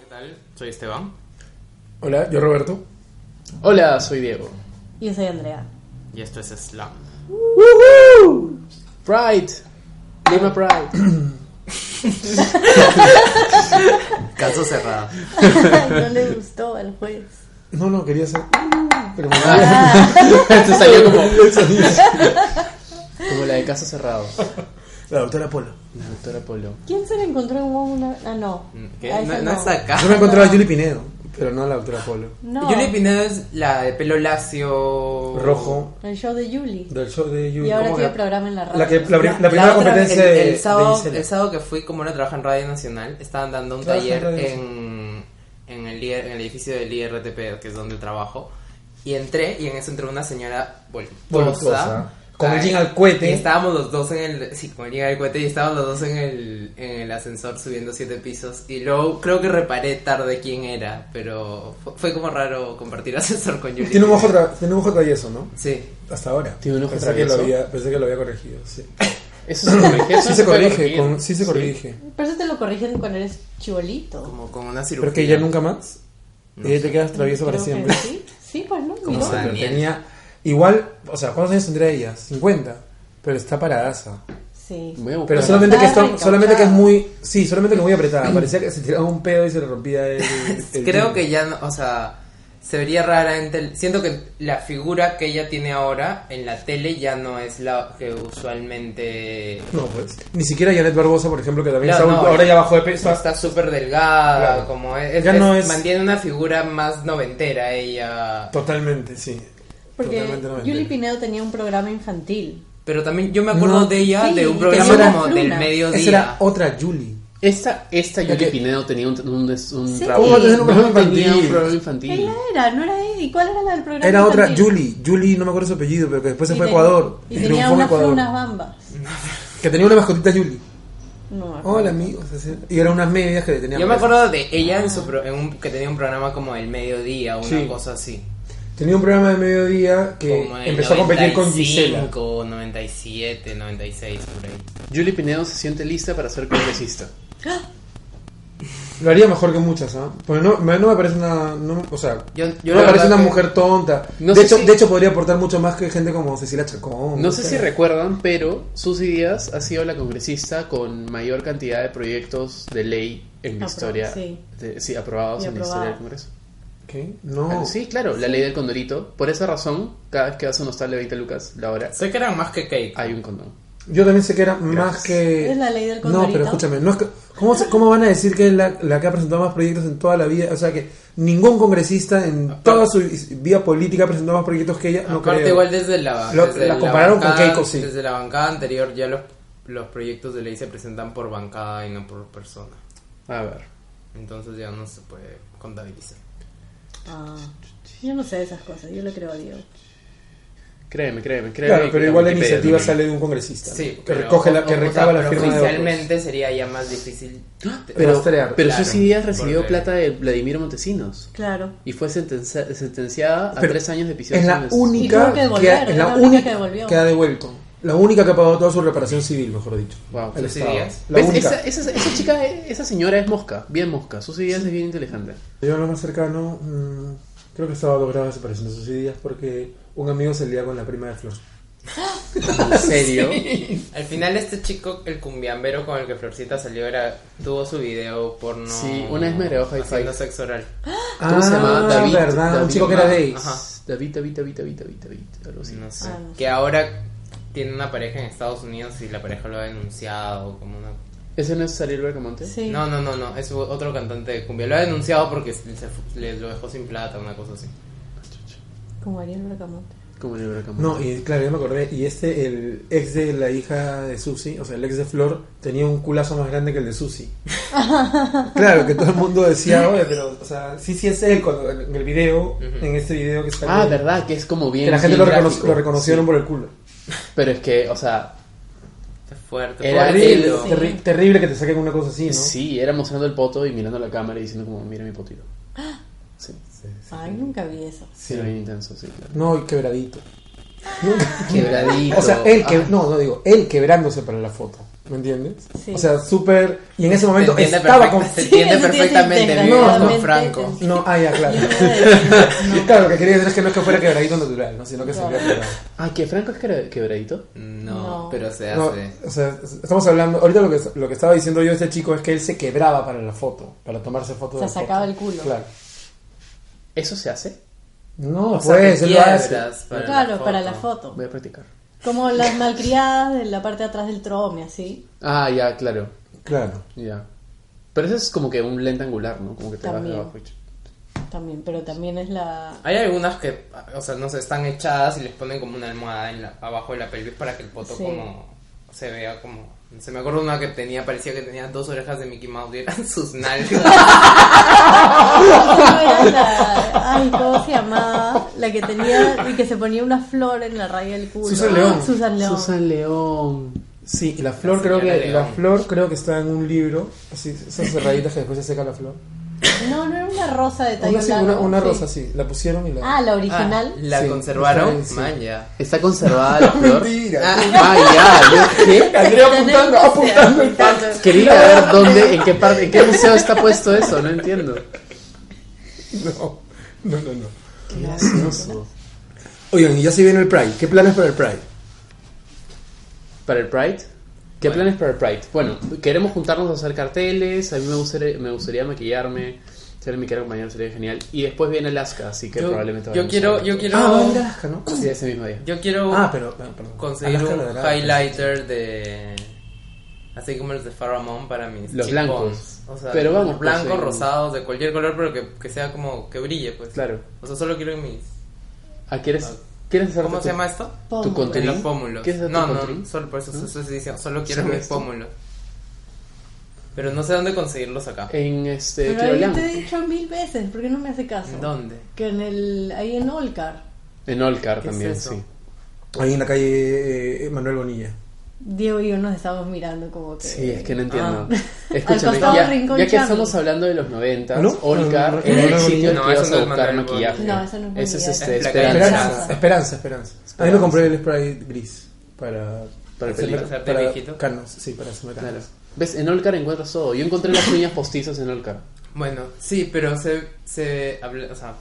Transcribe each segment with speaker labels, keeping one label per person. Speaker 1: ¿Qué tal? Soy Esteban.
Speaker 2: Hola, yo Roberto.
Speaker 3: Hola, soy Diego.
Speaker 4: Yo soy Andrea.
Speaker 1: Y esto es Slam.
Speaker 3: ¡Woohoo! Pride. Lima Pride.
Speaker 1: Caso cerrado.
Speaker 4: no le gustó al juez.
Speaker 2: No, no, quería hacer. Pero me
Speaker 3: Esto salió como, como la de Caso Cerrado.
Speaker 2: La doctora Polo.
Speaker 3: La doctora Polo.
Speaker 4: ¿Quién se le encontró en Wong una Ah, no.
Speaker 1: ¿Qué?
Speaker 4: A
Speaker 1: Mm, No,
Speaker 4: esa
Speaker 1: no es acá.
Speaker 2: Yo me encontraba a Julie Pinedo, pero no a la doctora Polo.
Speaker 4: No.
Speaker 1: Julie Pinedo es la de pelo lacio.
Speaker 2: Rojo,
Speaker 4: El show de Julie.
Speaker 2: del show de Julie.
Speaker 4: Y ahora
Speaker 2: ¿Cómo
Speaker 4: tiene
Speaker 2: que-
Speaker 4: programa en la radio.
Speaker 2: la, que, la, pri- la
Speaker 1: La
Speaker 2: primera
Speaker 1: otra,
Speaker 2: competencia
Speaker 1: el,
Speaker 2: de-
Speaker 1: el
Speaker 2: de
Speaker 1: sábado,
Speaker 2: Gisela.
Speaker 1: el sábado que fui, como no trabaja en Radio Nacional, estaban dando un
Speaker 2: Trabaja en
Speaker 1: taller
Speaker 2: Radio
Speaker 1: en, en el, IR en el edificio del IRTP, que es donde trabajo. Y entré, y en eso entró una señora voluptuosa.
Speaker 2: Voluptuosa. Con el
Speaker 1: Ay,
Speaker 2: jean al cohete.
Speaker 1: Y estábamos los dos en el. Sí, con el jean al cohete, y estábamos los dos en el, en el ascensor subiendo siete pisos. Y luego creo que reparé tarde quién era, pero fue, fue como raro compartir ascensor con Julia.
Speaker 2: Tiene un, ojo tra- tiene un ojo travieso, ¿no?
Speaker 1: Sí.
Speaker 2: Hasta ahora.
Speaker 3: Tiene un ojo
Speaker 2: pensé
Speaker 3: travieso.
Speaker 2: Que lo había, pensé que lo había corregido. Sí,
Speaker 3: Eso se corrige. eso
Speaker 2: Sí se
Speaker 3: puede
Speaker 2: corrige.
Speaker 3: corregir.
Speaker 2: con- sí se corrige.
Speaker 4: Pero eso te lo corrigen cuando eres chibolito.
Speaker 1: Como con una cirugía.
Speaker 2: Pero que ya nunca más.
Speaker 1: No
Speaker 2: y ya te quedas travieso
Speaker 4: Creo
Speaker 2: para
Speaker 4: que
Speaker 2: siempre.
Speaker 4: Sí, sí, pues no.
Speaker 1: Como
Speaker 2: No
Speaker 4: Miró.
Speaker 2: sé,
Speaker 1: sea.
Speaker 2: pero
Speaker 1: Daniel.
Speaker 2: tenía. Igual, o sea, ¿cuántos años tendría ella? 50. Pero está paradaza.
Speaker 4: Sí.
Speaker 3: Voy a buscar.
Speaker 2: Pero solamente que,
Speaker 4: Está
Speaker 2: está, solamente que es
Speaker 4: reencauchada.
Speaker 2: muy. Sí, solamente que muy apretada. Parecía que se tiraba un pedo y se le rompía el. el
Speaker 1: Creo
Speaker 2: jean.
Speaker 1: que ya, no- o sea, se vería rara en tel- Siento que la figura que ella tiene ahora en la tele ya no es la que usualmente...
Speaker 2: No, pues. Ni siquiera Janet Barbosa, por ejemplo, que también
Speaker 1: Claro,
Speaker 2: está-
Speaker 1: no,
Speaker 2: ahora ya bajó de peso.
Speaker 1: Está súper delgada,
Speaker 2: Claro.
Speaker 1: como es,
Speaker 2: Ya
Speaker 1: es-
Speaker 2: no es-
Speaker 1: Mantiene una figura más noventera ella.
Speaker 2: Totalmente, sí.
Speaker 4: Porque
Speaker 2: Totalmente no me
Speaker 4: Julie
Speaker 2: entero.
Speaker 4: Pinedo tenía un programa infantil.
Speaker 1: Pero también yo me acuerdo
Speaker 2: No.
Speaker 1: de ella
Speaker 4: Sí,
Speaker 1: de un
Speaker 4: que
Speaker 1: programa
Speaker 2: era
Speaker 1: como
Speaker 4: Luna.
Speaker 1: del
Speaker 2: Esa era
Speaker 1: mediodía.
Speaker 2: otra Julie.
Speaker 3: Esta, esta Yuli
Speaker 2: Ok. Oh,
Speaker 3: Pinedo tenía un, un, des- un
Speaker 4: Sí.
Speaker 3: trabajo.
Speaker 4: ¿Cómo va a
Speaker 2: tener un programa
Speaker 3: No tenía
Speaker 2: infantil?
Speaker 3: un programa
Speaker 4: ¿Qué
Speaker 3: infantil.
Speaker 4: era? ¿No era ella? ¿Y cuál era la del programa?
Speaker 2: Era otra
Speaker 4: infantil?
Speaker 2: Julie. Julie, no me acuerdo su apellido, pero que después se
Speaker 4: Y
Speaker 2: fue a
Speaker 4: tenía-
Speaker 2: Ecuador.
Speaker 4: Y
Speaker 2: triunfó
Speaker 4: tenía
Speaker 2: en
Speaker 4: unas
Speaker 2: Ecuador.
Speaker 4: unas bambas.
Speaker 2: Que tenía una mascotita Julie.
Speaker 4: No, me acuerdo.
Speaker 2: Hola, amigos. así. Y eran unas medias que le tenían.
Speaker 1: Yo me
Speaker 2: puestas.
Speaker 1: acuerdo de ella
Speaker 4: Ah.
Speaker 1: en su pro- en un- que tenía un programa como del mediodía, una
Speaker 2: Sí.
Speaker 1: cosa así.
Speaker 2: Tenía un programa de mediodía que
Speaker 1: Como el
Speaker 2: empezó a competir con
Speaker 1: 95,
Speaker 2: Gisela.
Speaker 1: 97, 96, por ahí.
Speaker 3: Julie Pinedo se siente lista para ser congresista.
Speaker 2: Lo haría mejor que muchas, ¿ah? Porque no, me- no me parece una. No, o sea,
Speaker 1: Yo- yo la
Speaker 2: no me parece
Speaker 1: verdad
Speaker 2: una
Speaker 1: que-
Speaker 2: mujer tonta.
Speaker 3: No
Speaker 2: de,
Speaker 3: sé
Speaker 2: hecho,
Speaker 3: si-
Speaker 2: de hecho, podría aportar mucho más que gente como Cecilia Chacón.
Speaker 3: No sé si recuerdan, pero Susy Díaz ha sido la congresista con mayor cantidad de proyectos de ley en la
Speaker 4: Apro-
Speaker 3: historia.
Speaker 4: sí.
Speaker 3: de- sí, aprobados
Speaker 4: Y
Speaker 3: en la
Speaker 4: aprobado.
Speaker 3: historia del Congreso.
Speaker 2: ¿Qué? No.
Speaker 3: Ah, Sí, claro, la ley del condorito. Por esa razón, cada vez que vas a un hostal de 20 lucas, la hora,
Speaker 1: Sé que eran más que Kate.
Speaker 3: hay un condón.
Speaker 2: Yo también sé que era más que.
Speaker 4: Es la ley del
Speaker 2: No,
Speaker 4: condorito.
Speaker 2: pero escúchame, no es que- ¿cómo, se- ¿cómo van a decir que es la, la que ha presentado más proyectos en toda la vida? O sea, que ningún congresista en toda su vida política ha presentado más proyectos que ella. No
Speaker 1: Aparte
Speaker 2: creo.
Speaker 1: igual desde la,
Speaker 2: Lo-
Speaker 1: desde
Speaker 2: la compararon con
Speaker 1: bancada-
Speaker 2: Keiko, sí.
Speaker 1: Desde la bancada anterior ya los, los proyectos de ley se presentan por bancada y no por persona.
Speaker 3: A ver.
Speaker 1: Entonces ya no se puede contabilizar.
Speaker 4: Ah, yo no sé de esas cosas, yo le creo a Dios.
Speaker 3: Créeme, créeme, créeme.
Speaker 2: Claro, pero
Speaker 3: que
Speaker 2: igual la
Speaker 3: Wikipedia
Speaker 2: iniciativa
Speaker 3: también.
Speaker 2: sale de un congresista. ¿no?
Speaker 1: Sí,
Speaker 2: que recoge la, que recaba la firma de otros.
Speaker 1: Oficialmente sería ya más difícil.
Speaker 2: Ah, Pero,
Speaker 1: Pero-
Speaker 2: pero
Speaker 3: Pero
Speaker 1: Claro,
Speaker 3: Susy Díaz recibió
Speaker 1: porque-
Speaker 3: plata de Vladimir Montesinos
Speaker 4: Claro.
Speaker 3: y fue sentencia- sentenciada a
Speaker 2: Pero
Speaker 3: tres años de prisión.
Speaker 2: es
Speaker 3: sin
Speaker 2: la
Speaker 3: mes.
Speaker 2: única
Speaker 4: Y tuvo que
Speaker 2: que, ha-
Speaker 4: devolver,
Speaker 2: es la única que, ha devuelto. La única que ha pagado toda su reparación civil, mejor dicho.
Speaker 3: Wow.
Speaker 2: al
Speaker 1: Susy
Speaker 2: Estado.
Speaker 1: Díaz.
Speaker 2: La
Speaker 3: ¿Ves?
Speaker 2: única.
Speaker 3: Esa, esa- esa chica, esa señora es mosca, bien mosca. Susy Díaz es bien inteligente.
Speaker 2: Yo lo más cercano, mm, creo que estaba a dos grados de separación de sus días porque un amigo se lía con la prima de Flor.
Speaker 3: ¿En serio?
Speaker 1: Al final este chico, el cumbiambero con el que Florcita salió, era tuvo su video porno.
Speaker 3: Sí, una vez me agregó Hi-Fi.
Speaker 1: Haciendo sexo oral.
Speaker 3: ¿Cómo se llama? David.
Speaker 2: Ah, ¿verdad? un
Speaker 3: David,
Speaker 2: chico que era
Speaker 3: ah,
Speaker 2: gay.
Speaker 1: ajá.
Speaker 3: David, David, David, David, David, David, algo así.
Speaker 1: No sé.
Speaker 4: Ah, no sé.
Speaker 1: Que ahora tiene una pareja en Estados Unidos y la pareja lo ha denunciado como una
Speaker 3: ¿Ese no es Salir Bergamonte?
Speaker 4: Sí.
Speaker 1: No, no, no, no, es u- otro cantante de cumbia. Lo ha denunciado porque se fu- le lo dejó sin plata, una cosa así.
Speaker 4: Como Ariel Bracamonte.
Speaker 3: Como en el huracán.
Speaker 2: No, y claro, yo me acordé, y este, el ex de la hija de Susi, o sea, el ex de Flor, tenía un culazo más grande que el de Susi. claro, que todo el mundo decía, oye, pero, o sea, sí, sí es él, cuando, en el video, en este video que sale,
Speaker 3: Ah, verdad, que es como bien.
Speaker 2: que la gente
Speaker 3: bien
Speaker 2: lo, recono-
Speaker 3: gráfico.
Speaker 2: lo reconocieron
Speaker 3: Sí.
Speaker 2: por el culo.
Speaker 3: Pero es que, o sea,
Speaker 1: Está fuerte.
Speaker 3: Era
Speaker 1: pobrecito.
Speaker 3: él,
Speaker 4: Sí.
Speaker 2: Terri- terrible que te saquen una cosa así, ¿no?
Speaker 3: sí, era mostrando el poto y mirando la cámara y diciendo como, mira mi potito.
Speaker 2: ¡Ah!
Speaker 3: Sí,
Speaker 4: Ay, nunca vi eso.
Speaker 3: sí. Era bien intenso, sí, claro.
Speaker 2: No, y quebradito.
Speaker 1: Quebradito.
Speaker 2: O sea, él que,
Speaker 1: Ah,
Speaker 2: no, no digo, él quebrándose para la foto, ¿me entiendes?
Speaker 4: Sí.
Speaker 2: O sea, súper, y en ese
Speaker 1: Ah, se
Speaker 2: momento
Speaker 1: entiende
Speaker 2: estaba con...
Speaker 1: perfecta- Se entiende
Speaker 4: Sí, eso tiene
Speaker 1: perfectamente. vive
Speaker 4: sentido,
Speaker 2: no,
Speaker 1: con
Speaker 4: realmente
Speaker 1: Franco.
Speaker 4: te-
Speaker 2: No, ah, ya, claro.
Speaker 4: Yo no decía, no.
Speaker 2: Claro, lo que quería decir es que no es que fuera quebradito natural, ¿no? sino que se
Speaker 4: Claro.
Speaker 2: había quebrado.
Speaker 3: Ah, que Franco es quebra- quebradito.
Speaker 1: No,
Speaker 4: No.
Speaker 1: pero se
Speaker 2: No,
Speaker 1: hace.
Speaker 2: o sea, estamos hablando, ahorita lo que, lo que estaba diciendo yo a este chico es que él se quebraba para la foto, para tomarse fotos.
Speaker 4: Se
Speaker 2: de la
Speaker 4: sacaba
Speaker 2: foto.
Speaker 4: el culo.
Speaker 2: Claro.
Speaker 3: ¿Eso se hace?
Speaker 2: No,
Speaker 1: sea,
Speaker 2: pues,
Speaker 1: te
Speaker 2: él lo hace.
Speaker 1: quiebras para
Speaker 4: claro,
Speaker 1: la
Speaker 4: para
Speaker 1: foto.
Speaker 4: la foto.
Speaker 3: Voy a practicar.
Speaker 4: Como las malcriadas de la parte de atrás del trome, así.
Speaker 3: Ah, ya, claro.
Speaker 2: Claro.
Speaker 3: Ya. Pero eso es como que un lente angular, ¿no? Como que te vas
Speaker 4: También.
Speaker 3: de abajo y ch-
Speaker 4: También, pero también es la.
Speaker 1: Hay algunas que, o sea, no sé, están echadas y les ponen como una almohada en la- abajo de la pelvis para que el poto
Speaker 4: Sí.
Speaker 1: como se vea como... Se me acuerdo una que tenía, parecía que tenía dos orejas de Mickey Mouse y eran sus nalgas.
Speaker 4: No era la- Ay, ¿cómo se llamaba? La que tenía y que se ponía una flor en la raya del culo.
Speaker 2: Susan León.
Speaker 4: Susan León.
Speaker 3: Susan León.
Speaker 2: Sí, y la flor
Speaker 1: La
Speaker 2: creo que
Speaker 1: señora
Speaker 2: la
Speaker 1: León.
Speaker 2: flor creo que está en un libro, así esas cerraditas que después se seca la flor.
Speaker 4: No, no era una rosa de tallo
Speaker 2: Una, sí,
Speaker 4: largo,
Speaker 2: una, una
Speaker 4: sí.
Speaker 2: rosa así, la pusieron y la
Speaker 4: Ah, la
Speaker 1: Ah,
Speaker 4: original.
Speaker 1: la
Speaker 2: Sí,
Speaker 1: conservaron.
Speaker 2: sí.
Speaker 1: Man, ya.
Speaker 3: Está conservada la flor.
Speaker 2: Mentira.
Speaker 3: Ah, ya, yo qué.
Speaker 2: Andrea apuntando, apuntando el pan.
Speaker 3: Quería ver dónde, en qué parte, en qué museo está puesto eso, no entiendo.
Speaker 2: No, no, no, no.
Speaker 3: Qué gracioso.
Speaker 2: Oigan, y ya se viene el Pride. ¿Qué planes para el Pride?
Speaker 3: ¿Para el Pride? ¿Qué planes para el Pride? Bueno, queremos juntarnos a hacer carteles, a mí me gustaría, me gustaría maquillarme, ser mi cara compañero sería genial. Y después viene Alaska, así que
Speaker 1: Yo,
Speaker 3: probablemente
Speaker 1: yo
Speaker 3: vayamos
Speaker 1: quiero,
Speaker 3: a-
Speaker 1: yo quiero,
Speaker 2: Ah, va a ir a Alaska, ¿no?
Speaker 3: Sí, ese mismo día.
Speaker 1: yo quiero
Speaker 2: Ah, pero ah, perdón.
Speaker 1: conseguir
Speaker 2: Alaska,
Speaker 1: un
Speaker 2: la
Speaker 3: pues.
Speaker 2: verdad.
Speaker 1: highlighter de... Así como los de Faramount para mis
Speaker 3: Los
Speaker 1: cheekbones.
Speaker 3: blancos.
Speaker 1: O sea,
Speaker 3: Pero vamos,
Speaker 1: blancos,
Speaker 3: pues, en-
Speaker 1: rosados, de cualquier color, pero que, que sea como que brille, pues.
Speaker 3: Claro.
Speaker 1: O sea, solo quiero en mis...
Speaker 3: Ah, ¿quieres, ¿quieres hacer
Speaker 1: ¿Cómo se llama esto?
Speaker 3: Tu
Speaker 4: Pómulo.
Speaker 3: contenido.
Speaker 1: En los pómulos.
Speaker 3: ¿Quieres hacer tu
Speaker 1: No, no,
Speaker 3: contenido?
Speaker 1: solo, por eso, eso se dice, solo quiero
Speaker 3: ¿Solo
Speaker 1: mis
Speaker 3: esto?
Speaker 1: pómulos. Pero no sé dónde conseguirlos acá.
Speaker 3: En este,
Speaker 4: Pero ahí
Speaker 3: Quiroleán.
Speaker 4: te he dicho mil veces, ¿por qué no me hace caso?
Speaker 1: ¿En ¿Dónde?
Speaker 4: Que en el. ahí en Olcar.
Speaker 3: En Olcar
Speaker 1: ¿Qué es
Speaker 3: también,
Speaker 1: eso?
Speaker 3: sí.
Speaker 2: Ahí en la calle eh, Manuel Bonilla.
Speaker 4: Diego y yo nos estábamos mirando como que.
Speaker 3: Sí, es que no entiendo.
Speaker 1: Ah.
Speaker 3: Escúchame,
Speaker 4: Eh, Al costado
Speaker 3: ya,
Speaker 4: del rincón
Speaker 3: ya que
Speaker 4: Chami.
Speaker 3: estamos hablando de los 90,
Speaker 2: ¿No?
Speaker 3: Olcar
Speaker 2: No, no,
Speaker 3: era
Speaker 2: no,
Speaker 3: el
Speaker 2: no,
Speaker 3: sitio
Speaker 1: no,
Speaker 3: al
Speaker 1: eso no
Speaker 3: que ibas a
Speaker 1: es
Speaker 3: buscar
Speaker 1: Manuel
Speaker 3: maquillaje.
Speaker 4: No, eso no es
Speaker 3: Ese es
Speaker 4: maquillaje.
Speaker 3: este,
Speaker 1: Es la
Speaker 3: Esperanza.
Speaker 2: Esperanza, esperanza, esperanza. A mí me compré el Sprite gris para
Speaker 3: Para el
Speaker 2: hacerme-
Speaker 3: pelito.
Speaker 1: Hacerte
Speaker 2: para
Speaker 1: viejito.
Speaker 2: canas, sí, para hacerme canas.
Speaker 3: Claro. ¿Ves? En Olcar encuentras todo. Yo encontré las uñas postizas en Olcar.
Speaker 1: Bueno, sí, pero se, se habla- o sea,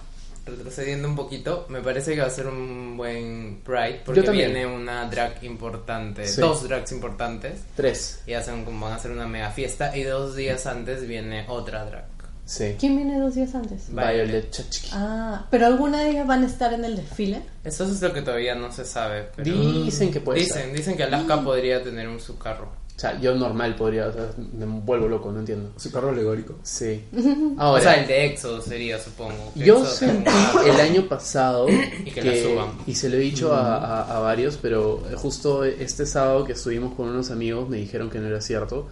Speaker 1: retrocediendo un poquito, me parece que va a ser un buen Pride porque
Speaker 3: Yo también.
Speaker 1: viene una drag importante,
Speaker 3: Sí.
Speaker 1: dos drags importantes
Speaker 3: Tres.
Speaker 1: y hacen como van a hacer una mega fiesta y dos días antes viene otra drag.
Speaker 3: Sí.
Speaker 4: ¿Quién viene dos días antes?
Speaker 3: Violet Chachki.
Speaker 4: Ah, pero alguna de ellas van a estar en el desfile.
Speaker 1: Eso es lo que todavía no se sabe. Pero
Speaker 3: Dicen que puede
Speaker 1: dicen,
Speaker 3: ser. Mm.
Speaker 1: dicen que Alaska podría tener un su carro.
Speaker 3: O sea, yo normal podría, o sea, me vuelvo loco, no entiendo.
Speaker 2: Su carro alegórico.
Speaker 3: Sí.
Speaker 1: O sea,
Speaker 3: Ahora,
Speaker 1: el de Éxodo sería, supongo. que Ah,
Speaker 3: yo
Speaker 1: Éxodo
Speaker 3: sentí
Speaker 1: tenga un-
Speaker 3: el año pasado
Speaker 1: Y que la suban.
Speaker 3: y se lo he dicho a, a- a varios, pero justo este sábado que estuvimos con unos amigos me dijeron que no era cierto.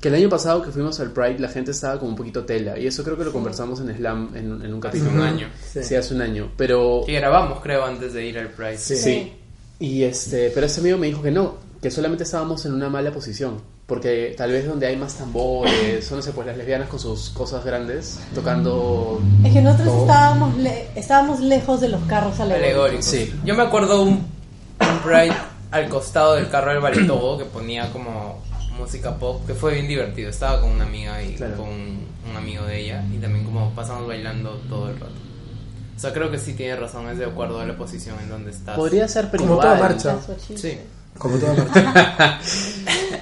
Speaker 3: Que el año pasado que fuimos al Pride la gente estaba como un poquito tela. Y eso creo que lo conversamos en Slam en, en un capítulo.
Speaker 1: un año.
Speaker 3: Sí. hace un año. Pero
Speaker 1: Y grabamos, creo, antes de ir al Pride.
Speaker 2: Sí.
Speaker 3: Sí. Y este, pero ese amigo me dijo que no, que solamente estábamos en una mala posición, porque tal vez donde hay más tambores, o no sé, pues las lesbianas con sus cosas grandes tocando
Speaker 4: Es que nosotros
Speaker 3: Oh.
Speaker 4: estábamos, le- estábamos lejos de los carros alegóricos.
Speaker 1: Alegóricos.
Speaker 3: Sí.
Speaker 1: Yo me acuerdo un, un Pride al costado del carro del Baritobo que ponía como música pop, que fue bien divertido. Estaba con una amiga y
Speaker 3: Claro.
Speaker 1: con un amigo de ella y también como pasamos bailando todo el rato. O sea, creo que sí tiene razón, es de acuerdo a la posición en donde estás.
Speaker 3: Podría ser, pero
Speaker 2: Como
Speaker 3: igual.
Speaker 2: toda marcha.
Speaker 4: That's what she
Speaker 1: Sí.
Speaker 4: said.
Speaker 2: Como toda marcha.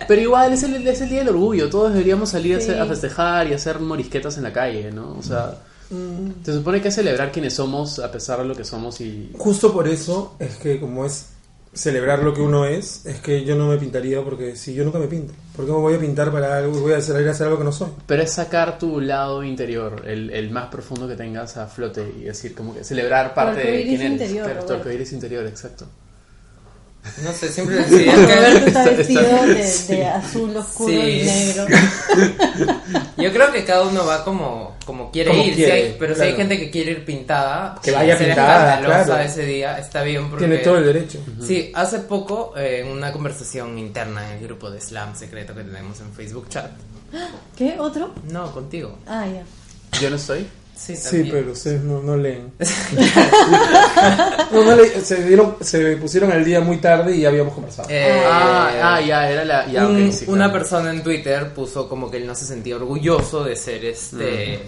Speaker 3: Pero igual es el, es el día del orgullo, todos deberíamos salir a
Speaker 4: Sí.
Speaker 3: hacer- a, festejar y hacer morisquetas en la calle, ¿no? O sea,
Speaker 4: Mm.
Speaker 3: se supone que es celebrar quienes somos a pesar de lo que somos y
Speaker 2: Justo por eso es que como es celebrar lo que uno es, es que yo no me pintaría porque si yo nunca me pinto, ¿por qué me voy a pintar para algo y voy a salir a hacer algo que no soy?
Speaker 3: Pero es sacar tu lado interior, el, el más profundo que tengas a flote y decir, como que celebrar parte de
Speaker 4: arcoíris
Speaker 3: quién eres.
Speaker 4: interior,
Speaker 3: Claro, tu
Speaker 4: Roberto.
Speaker 3: arcoíris interior, exacto.
Speaker 1: No sé, siempre decía que...
Speaker 4: Roberto está
Speaker 3: está-
Speaker 4: vestido
Speaker 3: está-
Speaker 4: de, de
Speaker 3: sí.
Speaker 4: azul oscuro
Speaker 1: Sí.
Speaker 4: y negro.
Speaker 1: Yo creo que cada uno va como, como quiere
Speaker 2: Como
Speaker 1: ir,
Speaker 2: quiere,
Speaker 1: si hay- pero si hay
Speaker 2: claro.
Speaker 1: gente que quiere ir pintada,
Speaker 2: Que vaya
Speaker 1: ser
Speaker 2: pintada,
Speaker 1: escandalosa
Speaker 2: claro.
Speaker 1: ese día, está bien porque...
Speaker 2: Tiene todo el derecho.
Speaker 1: Sí, hace poco, eh, en una conversación interna en el grupo de Slam secreto que tenemos en Facebook chat,
Speaker 4: ¿Qué? ¿Otro?
Speaker 1: no, contigo.
Speaker 4: Ah, ya.
Speaker 3: Yo no estoy.
Speaker 1: Sí,
Speaker 2: Sí,
Speaker 1: también.
Speaker 2: pero ustedes no, no leen. No, no le- se, dieron, se pusieron al día muy tarde y ya habíamos conversado.
Speaker 1: Eh,
Speaker 3: ah, ah, ya, era la. Ya, ok,
Speaker 1: un-
Speaker 3: sí,
Speaker 1: una
Speaker 3: claro.
Speaker 1: persona en Twitter puso como que él no se sentía orgulloso de ser este.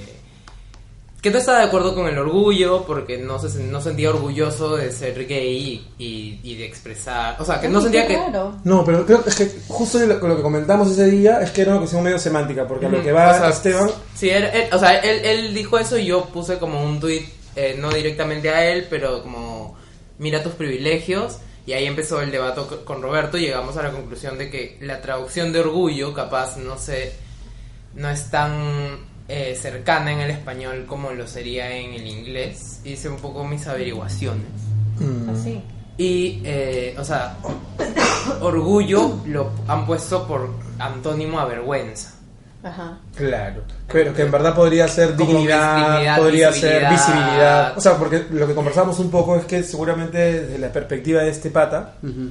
Speaker 1: Que no estaba de acuerdo con el orgullo porque no se sen- no sentía orgulloso de ser gay y, y- y de expresar. O sea, que no
Speaker 4: Ay,
Speaker 1: sentía
Speaker 4: qué
Speaker 1: que.
Speaker 4: raro.
Speaker 2: No, pero creo que es que justo lo, con lo que comentamos ese día es que era una cuestión medio semántica, porque a lo que va
Speaker 1: O sea,
Speaker 2: Esteban,
Speaker 1: Sí, él, él- o sea, él, él dijo eso y yo puse como un tweet, no directamente a él, pero como mira tus privilegios. Y ahí empezó el debate co- con Roberto y llegamos a la conclusión de que la traducción de orgullo, capaz, no sé, no es tan eh, cercana en el español como lo sería en el inglés. Hice un poco mis averiguaciones. mm.
Speaker 2: Mm.
Speaker 4: Así.
Speaker 1: Y, eh, o sea, orgullo lo han puesto por antónimo a vergüenza.
Speaker 4: Ajá.
Speaker 2: Claro. Pero que en verdad podría ser
Speaker 1: Como
Speaker 2: dignidad,
Speaker 1: dignidad,
Speaker 2: podría
Speaker 1: visibilidad.
Speaker 2: ser visibilidad. O sea, porque lo que conversamos un poco es que seguramente desde la perspectiva de este pata,
Speaker 3: Ujú.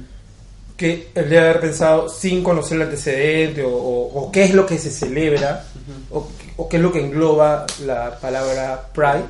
Speaker 2: que él debe haber pensado sin conocer el antecedente o, o- o qué es lo que se celebra o, o qué es lo que engloba la palabra pride.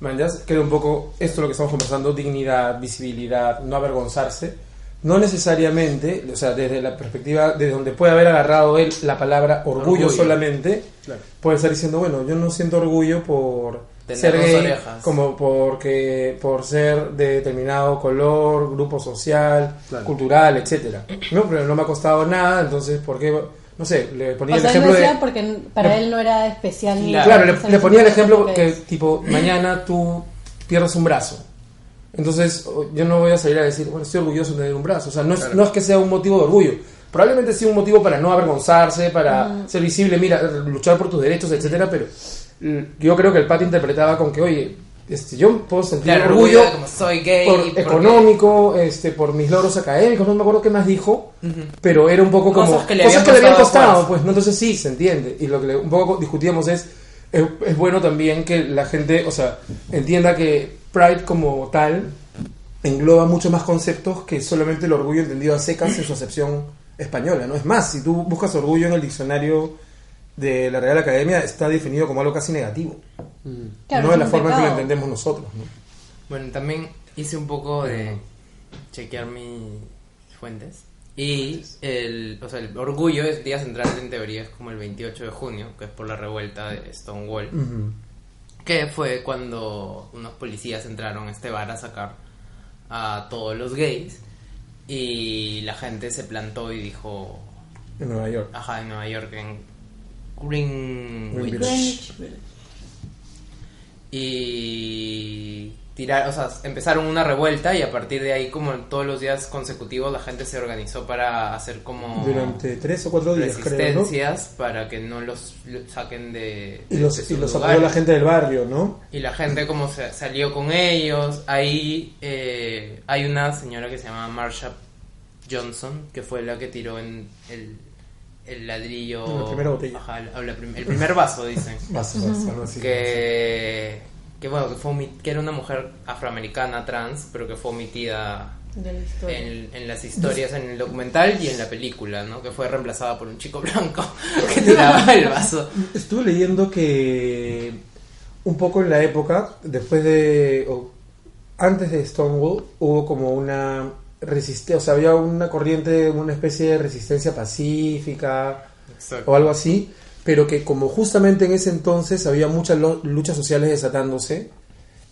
Speaker 2: Manjas, que era un poco esto lo que estamos conversando, dignidad, visibilidad, no avergonzarse. No necesariamente, o sea, desde la perspectiva, desde donde puede haber agarrado él la palabra orgullo,
Speaker 3: Orgullo.
Speaker 2: solamente,
Speaker 3: Claro.
Speaker 2: puede estar diciendo, bueno, yo no siento orgullo por
Speaker 1: Tener
Speaker 2: ser
Speaker 1: dos
Speaker 2: gay,
Speaker 1: orejas.
Speaker 2: como porque por ser de determinado color, grupo social,
Speaker 3: Claro.
Speaker 2: cultural, etcétera. No, pero no me ha costado nada, entonces por qué no sé, le ponía
Speaker 4: O
Speaker 2: el
Speaker 4: sea, él lo
Speaker 2: ejemplo de
Speaker 4: decía porque para él no era especial. ni
Speaker 1: Claro,
Speaker 2: Claro,
Speaker 4: nada,
Speaker 2: le,
Speaker 4: solo
Speaker 2: le ponía el
Speaker 4: simplemente
Speaker 2: ejemplo
Speaker 4: porque
Speaker 2: que
Speaker 4: es.
Speaker 2: tipo, mañana tú pierdes un brazo. Entonces o- yo no voy a salir a decir, bueno, estoy orgulloso de tener un brazo. O sea, no es, no es que sea un motivo de orgullo. Probablemente sea un motivo para no avergonzarse, para ser visible, mira, luchar por tus derechos, etcétera, pero mm, yo creo que el pato interpretaba con que, oye, este, yo puedo sentir
Speaker 1: Claro,
Speaker 2: orgullo,
Speaker 1: orgullo, como soy gay,
Speaker 2: por
Speaker 1: porque-
Speaker 2: económico, este, por mis logros académicos, no me acuerdo qué más dijo, pero era un poco
Speaker 1: Cosas
Speaker 2: como
Speaker 1: que le
Speaker 2: cosas
Speaker 1: habían
Speaker 2: que le habían
Speaker 1: costado
Speaker 2: costado,
Speaker 1: esfuerzo.
Speaker 2: pues no, entonces sí, se entiende. Y lo que le- un poco discutíamos es, es, es bueno también que la gente, o sea, entienda que Pride como tal engloba muchos más conceptos que solamente el orgullo entendido a secas en su acepción española, ¿no? Es más, si tú buscas orgullo en el diccionario de la Real Academia, está definido como algo casi negativo,
Speaker 4: Claro,
Speaker 2: no de
Speaker 4: es
Speaker 2: la
Speaker 4: un
Speaker 2: forma en que lo
Speaker 4: pecado.
Speaker 2: entendemos nosotros, ¿no?
Speaker 1: Bueno, también hice un poco de chequear mis fuentes. Y el, o sea, el orgullo es día central en teoría, es como el 28 de junio, que es por la revuelta de Stonewall, que fue cuando unos policías entraron a este bar a sacar a todos los gays y la gente se plantó y dijo,
Speaker 2: En Nueva York.
Speaker 1: ajá, en Nueva York, en Greenwich,
Speaker 4: Greenwich.
Speaker 1: y tirar, o sea, empezaron una revuelta y a partir de ahí, como en todos los días consecutivos, la gente se organizó para hacer como
Speaker 2: Durante tres o cuatro días, creo, ¿no?
Speaker 1: resistencias para que no los lo- saquen de,
Speaker 2: Y
Speaker 1: de- de
Speaker 2: los, y
Speaker 1: sus
Speaker 2: los
Speaker 1: lugares.
Speaker 2: apoyó la gente del barrio, ¿no?
Speaker 1: Y la gente como se salió con ellos. Ahí eh, hay una señora que se llama Marsha Johnson, que fue la que tiró en el, el ladrillo.
Speaker 2: La primera botella.
Speaker 1: Ajá, la- la prim- el primer vaso, dicen
Speaker 2: Vas, vas, algo así.
Speaker 1: que que bueno que fue omit- que era una mujer afroamericana trans pero que fue omitida
Speaker 4: De la historia.
Speaker 1: en, en las historias en el documental y en la película no que fue reemplazada por un chico blanco que tiraba el vaso
Speaker 2: Estuve leyendo que un poco en la época, después de. o antes de Stonewall, hubo como una resistencia, o sea, había una corriente, una especie de resistencia pacífica o algo así, pero que como justamente en ese entonces había muchas lo- luchas sociales desatándose,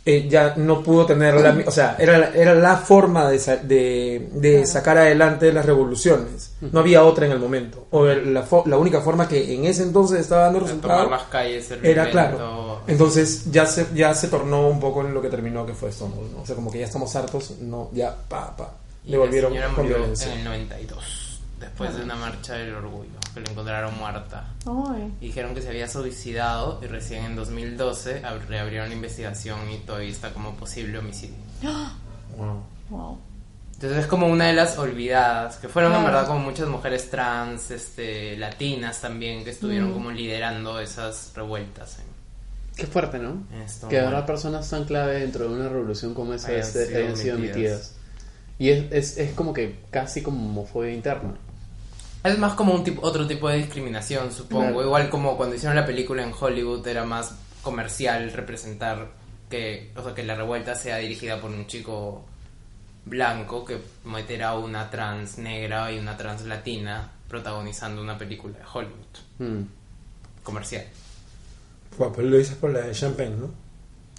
Speaker 2: eh, ya no pudo tener la... mi- O sea, era, la- era la forma de, sa- de- de sacar adelante las revoluciones. No había otra en el momento. O el- la, fo- la única forma que en ese entonces estaba dando
Speaker 1: tomar
Speaker 2: resultado
Speaker 1: las calles el
Speaker 2: era claro.
Speaker 1: violento.
Speaker 2: Entonces ya se, ya se tornó un poco en lo que terminó que fue Stonewall. ¿no? O sea, como que ya estamos hartos, no, ya, pa, pa.
Speaker 1: Y
Speaker 2: Le volvieron
Speaker 1: la señora
Speaker 2: con
Speaker 1: murió
Speaker 2: violencia.
Speaker 1: en el 92, después de una marcha del orgullo, que la encontraron muerta.
Speaker 4: Ay.
Speaker 1: Y dijeron que se había suicidado y recién en 2012 ab- reabrieron la investigación y todavía está como posible homicidio.
Speaker 2: Wow.
Speaker 4: Wow.
Speaker 1: Entonces es como una de las olvidadas, que fueron en
Speaker 4: Claro.
Speaker 1: verdad como muchas mujeres trans, este, latinas también, que estuvieron como liderando esas revueltas en,
Speaker 3: Qué fuerte, ¿no?
Speaker 1: en esto.
Speaker 3: Que habrá personas tan clave dentro de una revolución como esa
Speaker 1: Hayan
Speaker 3: este,
Speaker 1: sido
Speaker 3: hayan sido omitidas.
Speaker 1: omitidas.
Speaker 3: Y es, es, es como que casi como homofobia interna.
Speaker 1: Es más como un tipo, otro tipo de discriminación, supongo.
Speaker 3: Claro.
Speaker 1: Igual como cuando hicieron la película en Hollywood era más comercial representar que, o sea, que la revuelta sea dirigida por un chico blanco que meterá a una trans negra y una trans latina protagonizando una película de Hollywood
Speaker 2: Hmm.
Speaker 3: Mm.
Speaker 1: comercial.
Speaker 2: Guau, pero lo dices por la de Champagne, ¿no?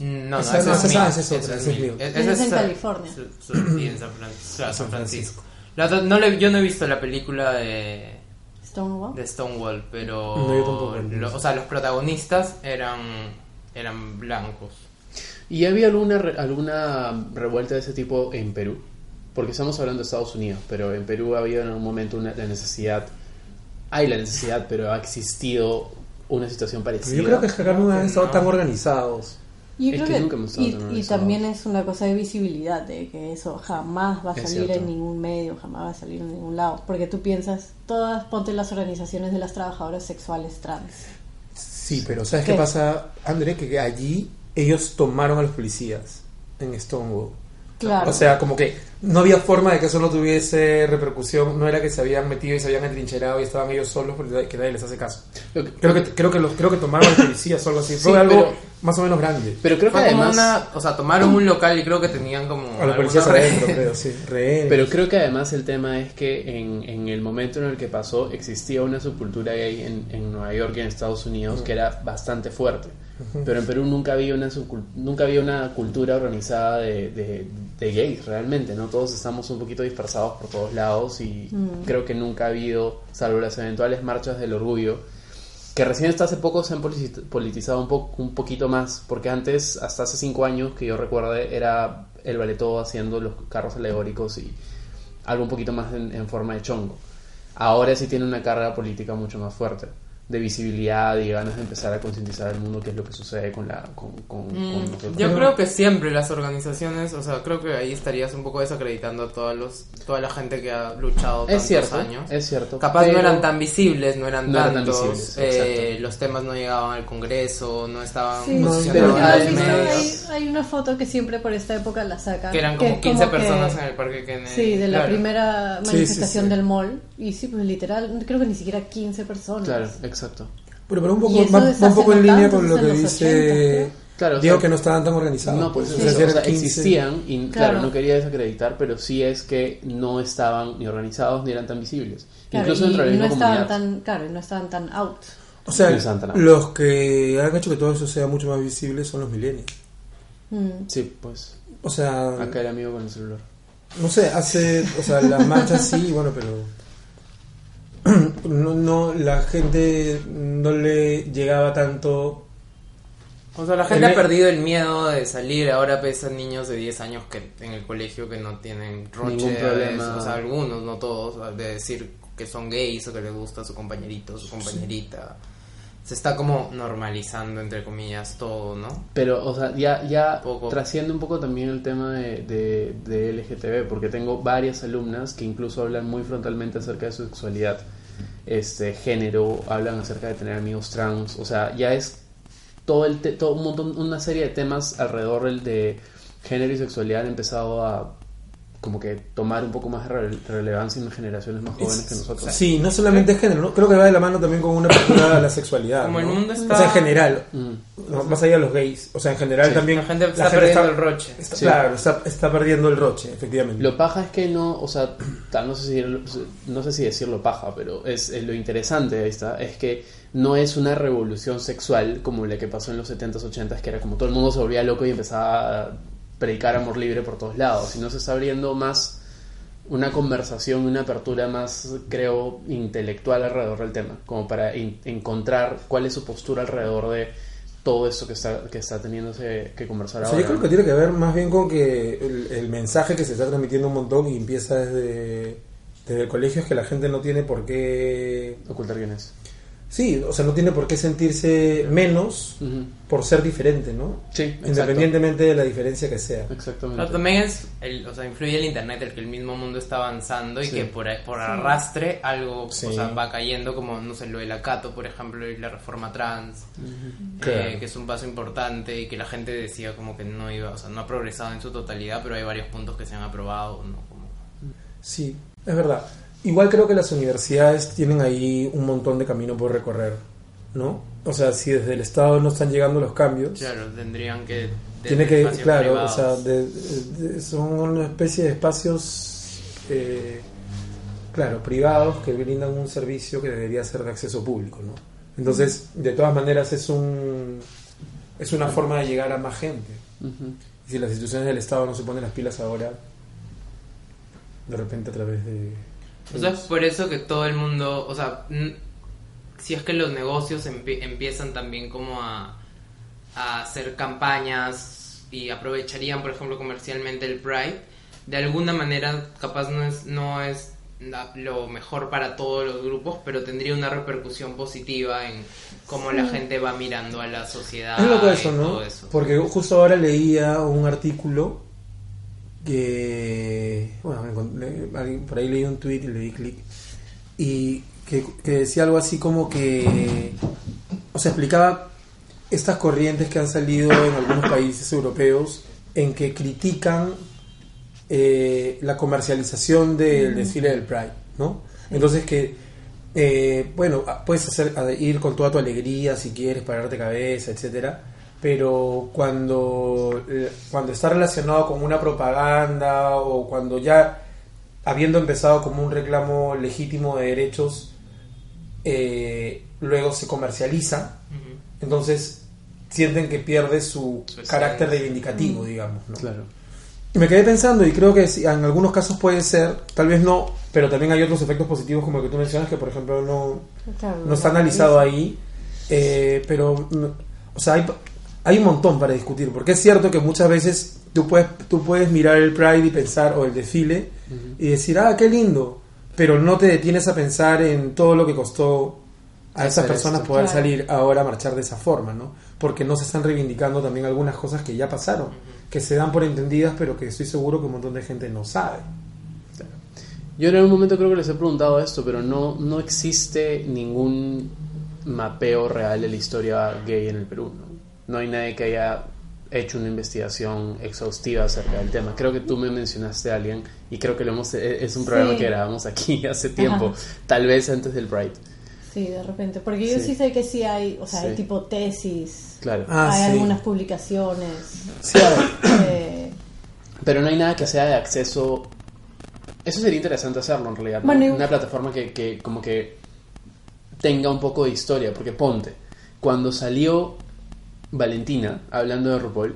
Speaker 1: No,
Speaker 2: Esa
Speaker 1: no,
Speaker 2: no,
Speaker 1: ese es
Speaker 2: esa
Speaker 1: mío.
Speaker 2: es otra,
Speaker 1: Ese
Speaker 2: ese es
Speaker 1: mío.
Speaker 2: mío.
Speaker 1: E-
Speaker 4: Ese
Speaker 1: ese
Speaker 4: es en
Speaker 1: San-
Speaker 4: California.
Speaker 1: Su- su- sí, en San Francisco. Claro, San
Speaker 2: San Francisco.
Speaker 1: Francisco. La otra- no le- yo no he visto la película de,
Speaker 4: Stonewall.
Speaker 1: de Stonewall, pero...
Speaker 2: No, yo tampoco.
Speaker 1: lo- o sea, los protagonistas eran, eran blancos.
Speaker 3: ¿Y había alguna, re- alguna revuelta de ese tipo en Perú? Porque estamos hablando de Estados Unidos, pero en Perú ha habido en algún momento una, la necesidad, hay la necesidad, pero ha existido una situación parecida.
Speaker 2: Yo creo que acá no han
Speaker 1: que
Speaker 2: estado
Speaker 1: no.
Speaker 2: tan organizados.
Speaker 4: Yo
Speaker 3: Es
Speaker 4: creo
Speaker 3: que
Speaker 4: que-
Speaker 3: nunca hemos estado tan
Speaker 4: y, y
Speaker 3: organizados.
Speaker 4: también es una cosa de visibilidad, de que eso jamás va a
Speaker 3: Es
Speaker 4: salir
Speaker 3: cierto.
Speaker 4: en ningún medio, jamás va a salir en ningún lado. Porque tú piensas, todas ponte las organizaciones de las trabajadoras sexuales trans.
Speaker 2: Sí, pero ¿sabes qué,
Speaker 4: ¿Qué?
Speaker 2: pasa, André? Que allí ellos tomaron a los policías en Stonewall.
Speaker 4: Claro.
Speaker 2: O sea, como que no había forma de que eso no tuviese repercusión. No era que se habían metido y se habían entrincherado y estaban ellos solos porque que nadie les hace caso.
Speaker 3: Lo que-
Speaker 2: Creo que, creo que, los, creo que tomaron a los policías o algo así.
Speaker 3: Sí,
Speaker 2: Fue algo
Speaker 3: pero-
Speaker 2: más o menos grande.
Speaker 3: Pero creo que
Speaker 1: Fue como
Speaker 3: además...
Speaker 1: una... O sea, tomaron un local y creo que tenían como...
Speaker 2: a los
Speaker 1: algunos
Speaker 2: policías
Speaker 1: rehenes.
Speaker 2: adentro, creo, sí. Rehenes.
Speaker 3: Pero creo que además el tema es que en, en el momento en el que pasó existía una subcultura gay en, en Nueva York y en Estados Unidos que era bastante fuerte. Pero en Perú nunca había una subcul- nunca había una cultura organizada de, de- de gays realmente, ¿no? Todos estamos un poquito dispersados por todos lados y creo que nunca ha habido, salvo las eventuales marchas del orgullo, que recién hasta hace poco se han polisit- politizado un, po- un poquito más, porque antes, hasta hace cinco años que yo recuerde, era el baleto haciendo los carros alegóricos y algo un poquito más en, en forma de chongo. Ahora sí tiene una carga política mucho más fuerte, de visibilidad y ganas de empezar a concientizar al mundo qué es lo que sucede con la... Con, con- con
Speaker 1: Mm,
Speaker 3: nosotros.
Speaker 1: Yo creo que siempre las organizaciones, o sea, creo que ahí estarías un poco desacreditando a todos los, toda la gente que ha luchado tantos
Speaker 3: es cierto,
Speaker 1: años.
Speaker 3: es cierto.
Speaker 1: Capaz no
Speaker 3: pero-
Speaker 1: eran tan visibles, no eran
Speaker 3: No eran tan
Speaker 1: tantos,
Speaker 3: visibles,
Speaker 1: eh,
Speaker 3: exacto.
Speaker 1: los temas no llegaban al Congreso, no estaban
Speaker 4: Sí, pero
Speaker 2: No,
Speaker 1: posicionados
Speaker 3: pero
Speaker 4: ¿no
Speaker 1: en
Speaker 4: has
Speaker 1: los
Speaker 3: al
Speaker 4: visto?
Speaker 3: menos-
Speaker 4: hay,
Speaker 1: medios,
Speaker 4: hay una foto que siempre por esta época la sacan.
Speaker 1: que eran
Speaker 4: que
Speaker 1: como
Speaker 4: es
Speaker 1: 15
Speaker 4: que-
Speaker 1: personas en el parque que
Speaker 4: Sí, de la primera
Speaker 2: Sí,
Speaker 4: manifestación
Speaker 2: sí, sí.
Speaker 4: del mall. Y sí, pues literal, creo que ni siquiera 15 personas.
Speaker 3: Claro, exacto.
Speaker 2: Pero, pero un poco,
Speaker 4: Y eso
Speaker 2: va,
Speaker 4: desde
Speaker 2: va un poco
Speaker 4: hace
Speaker 2: en
Speaker 4: no
Speaker 2: línea
Speaker 4: tanto,
Speaker 2: con lo que
Speaker 4: desde los
Speaker 2: dice
Speaker 4: 80, creo.
Speaker 3: Claro, o
Speaker 2: Diego,
Speaker 3: sea-
Speaker 2: que no estaban tan organizados.
Speaker 3: No, pues
Speaker 2: O
Speaker 3: eso,
Speaker 2: sea,
Speaker 3: o
Speaker 2: eran
Speaker 3: sea,
Speaker 2: 15.
Speaker 3: existían, y claro.
Speaker 4: Claro.
Speaker 3: no quería desacreditar, pero sí es que no estaban ni organizados ni eran tan visibles.
Speaker 4: Claro,
Speaker 3: Incluso dentro de
Speaker 4: y
Speaker 3: la
Speaker 4: no
Speaker 3: misma
Speaker 4: estaban
Speaker 3: comunidad.
Speaker 4: tan, claro, y no estaban tan out.
Speaker 2: O sea,
Speaker 3: Sí, Santana.
Speaker 2: los que han hecho que todo eso sea mucho más visible son los milenios.
Speaker 4: Mm.
Speaker 3: Sí, pues
Speaker 2: O sea,
Speaker 3: acá el amigo con el celular.
Speaker 2: no sé, hace, o sea, las marchas sí, bueno, pero no, no, la gente no le llegaba tanto.
Speaker 1: O sea, la gente
Speaker 2: En
Speaker 1: ha
Speaker 2: el-
Speaker 1: perdido el miedo de salir, ahora pesan niños de 10 años que en el colegio que no tienen roche,
Speaker 3: Ningún problema.
Speaker 1: o sea, algunos, no todos, de decir que son gays o que les gusta su compañerito, su compañerita. Se está como normalizando, entre comillas, todo, ¿no?
Speaker 3: Pero, o sea, ya, ya
Speaker 1: Poco.
Speaker 3: trasciende un poco también el tema de, de, de LGTB, porque tengo varias alumnas que incluso hablan muy frontalmente acerca de su sexualidad, este género, hablan acerca de tener amigos trans, o sea, ya es todo el te- todo un montón, una serie de temas alrededor del de género y sexualidad han empezado a como que tomar un poco más de rele- relevancia en generaciones más jóvenes que nosotros.
Speaker 2: Sí, no solamente es género, ¿no? creo que va de la mano también con una apertura a la sexualidad.
Speaker 1: Como el
Speaker 2: ¿no?
Speaker 1: mundo
Speaker 2: O sea, en
Speaker 1: está-
Speaker 2: general,
Speaker 3: Mm.
Speaker 2: no, más allá de los gays, o sea, en general
Speaker 3: Sí.
Speaker 2: también.
Speaker 1: La gente está perdiendo el roche.
Speaker 2: está-
Speaker 3: Sí.
Speaker 2: Claro, está, está perdiendo el roche, efectivamente.
Speaker 3: Lo paja es que no, o sea, tal, no sé si, no sé si decirlo paja, pero es, es lo interesante de esta, es que no es una revolución sexual como la que pasó en los 70s, 80s, que era como todo el mundo se volvía loco y empezaba a predicar amor libre por todos lados, sino se está abriendo más una conversación, una apertura más, creo, intelectual alrededor del tema, como para en- encontrar cuál es su postura alrededor de todo esto que está, que está teniéndose que conversar
Speaker 2: O sea,
Speaker 3: ahora.
Speaker 2: yo creo que tiene que ver más bien con que el, el mensaje que se está transmitiendo un montón y empieza desde, desde el colegio es que la gente no tiene por qué...
Speaker 3: Ocultar quién es.
Speaker 2: Sí, o sea, no tiene por qué sentirse menos
Speaker 3: Ujú.
Speaker 2: por ser diferente, ¿no?
Speaker 3: Sí, exacto.
Speaker 2: Independientemente de la diferencia que sea.
Speaker 3: Exactamente.
Speaker 1: Pero también es, el- o sea, influye el internet, el que el mismo mundo está avanzando y
Speaker 3: Sí.
Speaker 1: que por, por arrastre algo,
Speaker 2: Sí.
Speaker 1: o sea, va cayendo, como, no sé, lo del acato, por ejemplo, y la reforma trans, eh,
Speaker 2: Claro.
Speaker 1: que es un paso importante y que la gente decía como que no iba, o sea, no ha progresado en su totalidad, pero hay varios puntos que se han aprobado, ¿no? Como-
Speaker 2: Sí, es verdad. Igual creo que las universidades tienen ahí un montón de camino por recorrer, ¿no? O sea, si desde el Estado no están llegando los cambios,
Speaker 1: claro, tendrían que...
Speaker 2: tiene
Speaker 1: desde
Speaker 2: que,
Speaker 1: espacios
Speaker 2: claro, o sea,
Speaker 1: privados.
Speaker 2: de- de- son una especie de espacios, eh, claro, privados que brindan un servicio que debería ser de acceso público, ¿no? Entonces, de todas maneras, es un es una forma de llegar a más gente.
Speaker 3: Ujú.
Speaker 2: Y si las instituciones del Estado no se ponen las pilas ahora, de repente a través de...
Speaker 1: O sea, es por eso que todo el mundo, o sea, n- si es que los negocios empie- empiezan también como a, a hacer campañas y aprovecharían, por ejemplo, comercialmente el Pride, de alguna manera capaz no es, no es la- lo mejor para todos los grupos, pero tendría una repercusión positiva en cómo la gente va mirando a la sociedad.
Speaker 2: Es loco
Speaker 1: y
Speaker 2: eso, ¿no?
Speaker 1: todo eso.
Speaker 2: Porque justo ahora leía un artículo que. Bueno, me encontré- alguien- por ahí leí un tweet y le di clic. Y que, que decía algo así como que. O sea, explicaba estas corrientes que han salido en algunos países europeos en que critican eh, la comercialización del desfile del Pride, ¿no? Entonces que, eh, bueno, a- puedes hacer, a- ir con toda tu alegría si quieres, pararte cabeza, etcétera, pero cuando, eh, cuando está relacionado con una propaganda o cuando ya habiendo empezado como un reclamo legítimo de derechos, eh, luego se comercializa,
Speaker 1: Ujú.
Speaker 2: entonces sienten que pierde su
Speaker 1: Su
Speaker 2: carácter
Speaker 1: esencia.
Speaker 2: reivindicativo, digamos, ¿no?
Speaker 3: Claro.
Speaker 2: Y me quedé pensando y creo que sí, en algunos casos puede ser, tal vez no, pero también hay otros efectos positivos como el que tú mencionas que por ejemplo no, no está analizado ahí, eh, pero mm, o sea, hay, hay un montón para discutir, porque es cierto que muchas veces tú puedes, tú puedes mirar el Pride y pensar, o el desfile, y decir, ah, qué lindo, pero no te detienes a pensar en todo lo que costó a esas
Speaker 3: Hacer
Speaker 2: personas
Speaker 3: esto.
Speaker 2: poder
Speaker 4: Claro.
Speaker 2: salir ahora a marchar de esa forma, ¿no? Porque no se están reivindicando también algunas cosas que ya pasaron, que se dan por entendidas, pero que estoy seguro que un montón de gente no sabe.
Speaker 3: Yo en algún momento creo que les he preguntado esto, pero no, no existe ningún mapeo real de la historia gay en el Perú. ¿no? No hay nadie que haya hecho una investigación exhaustiva acerca del tema. Creo que tú me mencionaste a alguien y creo que lo hemos, e- es un programa
Speaker 4: Sí.
Speaker 3: que grabamos aquí hace tiempo, tal vez antes del Pride.
Speaker 4: Sí, de repente. Porque yo
Speaker 3: Sí.
Speaker 4: sí, sé que sí hay, o sea,
Speaker 3: Sí.
Speaker 4: hay tipo tesis.
Speaker 3: Claro.
Speaker 2: Ah,
Speaker 4: hay
Speaker 2: sí.
Speaker 4: algunas publicaciones.
Speaker 2: Sí, a ver.
Speaker 4: eh,
Speaker 3: Pero no hay nada que sea de acceso. Eso sería interesante hacerlo en realidad. ¿no?
Speaker 4: Bueno, y-
Speaker 3: Una plataforma que, que como que tenga un poco de historia. Porque ponte, cuando salió Valentina hablando de RuPaul,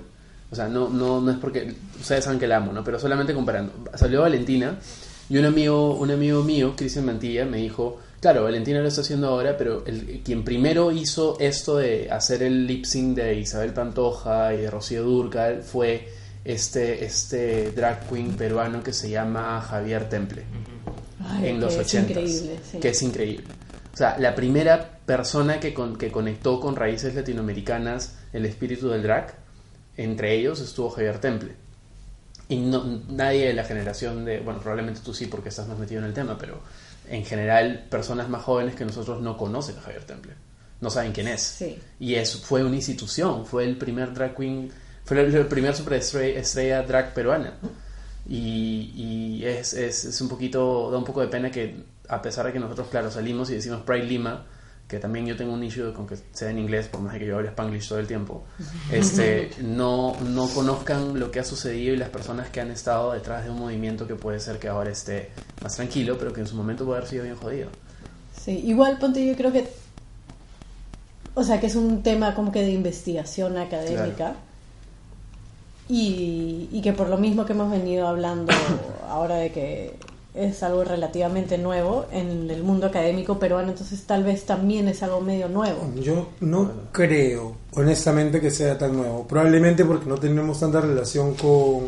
Speaker 3: o sea, no, no, no es porque ustedes saben que la amo, ¿no? Pero solamente comparando. Salió Valentina y un amigo, un amigo mío, Cristian Mantilla, me dijo, claro, Valentina lo está haciendo ahora, pero el, quien primero hizo esto de hacer el lip sync de Isabel Pantoja y de Rocío Durcal fue este, este drag queen peruano que se llama Javier Temple
Speaker 4: ay,
Speaker 3: en los
Speaker 4: que
Speaker 3: 80
Speaker 4: Es increíble, sí.
Speaker 3: que es increíble. O sea, la primera persona que, con- que conectó con raíces latinoamericanas el espíritu del drag, entre ellos estuvo Javier Temple. Y no- nadie de la generación de, bueno, probablemente tú sí porque estás más metido en el tema, pero en general personas más jóvenes que nosotros no conocen a Javier Temple, no saben quién es.
Speaker 4: Sí.
Speaker 3: Y es, fue una institución, fue el primer drag queen, fue el, el primer superestrella estrella drag peruana. Y, y es, es, es un poquito, da un poco de pena que a pesar de que nosotros, claro, salimos y decimos Pride Lima, que también yo tengo un issue con que sea en inglés, por más de que yo hable spanglish todo el tiempo, este, no, no conozcan lo que ha sucedido y las personas que han estado detrás de un movimiento que puede ser que ahora esté más tranquilo, pero que en su momento puede haber sido bien jodido.
Speaker 4: Sí, igual ponte yo creo que o sea, que es un tema como que de investigación académica. Y, y que por lo mismo que hemos venido hablando ahora de que es algo relativamente nuevo en el mundo académico peruano, entonces tal vez también es algo medio nuevo.
Speaker 2: Yo no creo, honestamente, que sea tan nuevo. Probablemente porque no tenemos tanta relación con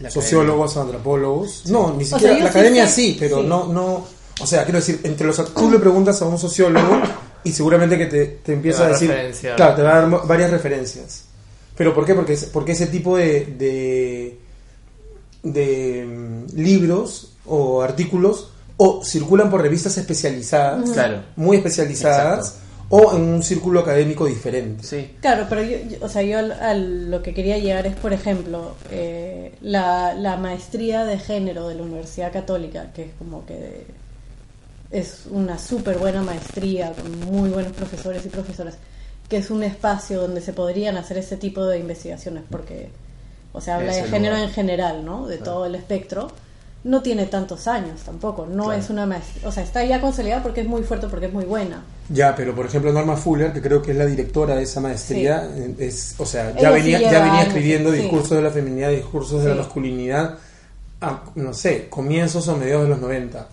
Speaker 3: La
Speaker 2: sociólogos, antropólogos. No, ni siquiera.
Speaker 4: yo
Speaker 2: la
Speaker 4: sí
Speaker 2: academia
Speaker 4: sé-
Speaker 2: sí, pero
Speaker 4: sí.
Speaker 2: no, no. O sea, quiero decir, entre los tú le preguntas a un sociólogo y seguramente que te, te empieza
Speaker 1: va
Speaker 2: a
Speaker 1: a
Speaker 2: decir.
Speaker 1: referenciar.
Speaker 2: Claro, te va a dar mo- varias referencias. ¿Pero por qué? Porque, es- porque ese tipo de, de, de, mm, libros o artículos o circulan por revistas especializadas
Speaker 3: Claro.
Speaker 2: muy especializadas o en un círculo académico diferente.
Speaker 3: Sí.
Speaker 4: Claro, pero yo, yo- o sea, yo al- al- lo que quería llegar es, por ejemplo, eh, la, la maestría de género de la Universidad Católica, que es como que es una súper buena maestría, con muy buenos profesores y profesoras, que es un espacio donde se podrían hacer este tipo de investigaciones, porque, o sea, habla
Speaker 3: Es
Speaker 4: de
Speaker 3: el
Speaker 4: género
Speaker 3: lugar.
Speaker 4: en general, ¿no? De todo el espectro. No tiene tantos años tampoco, no
Speaker 3: Claro.
Speaker 4: es una maestría, o sea, está ya consolidada porque es muy fuerte, porque es muy buena.
Speaker 2: Ya, pero por ejemplo Norma Fuller, que creo que es la directora de esa maestría, eh, es, o sea,
Speaker 4: Ella
Speaker 2: ya
Speaker 4: sí
Speaker 2: venía, ya
Speaker 4: lleva
Speaker 2: venía
Speaker 4: años,
Speaker 2: escribiendo
Speaker 4: sí.
Speaker 2: discursos de la feminidad, discursos de la
Speaker 4: Sí.
Speaker 2: masculinidad, a, no sé, comienzos o mediados de los 90.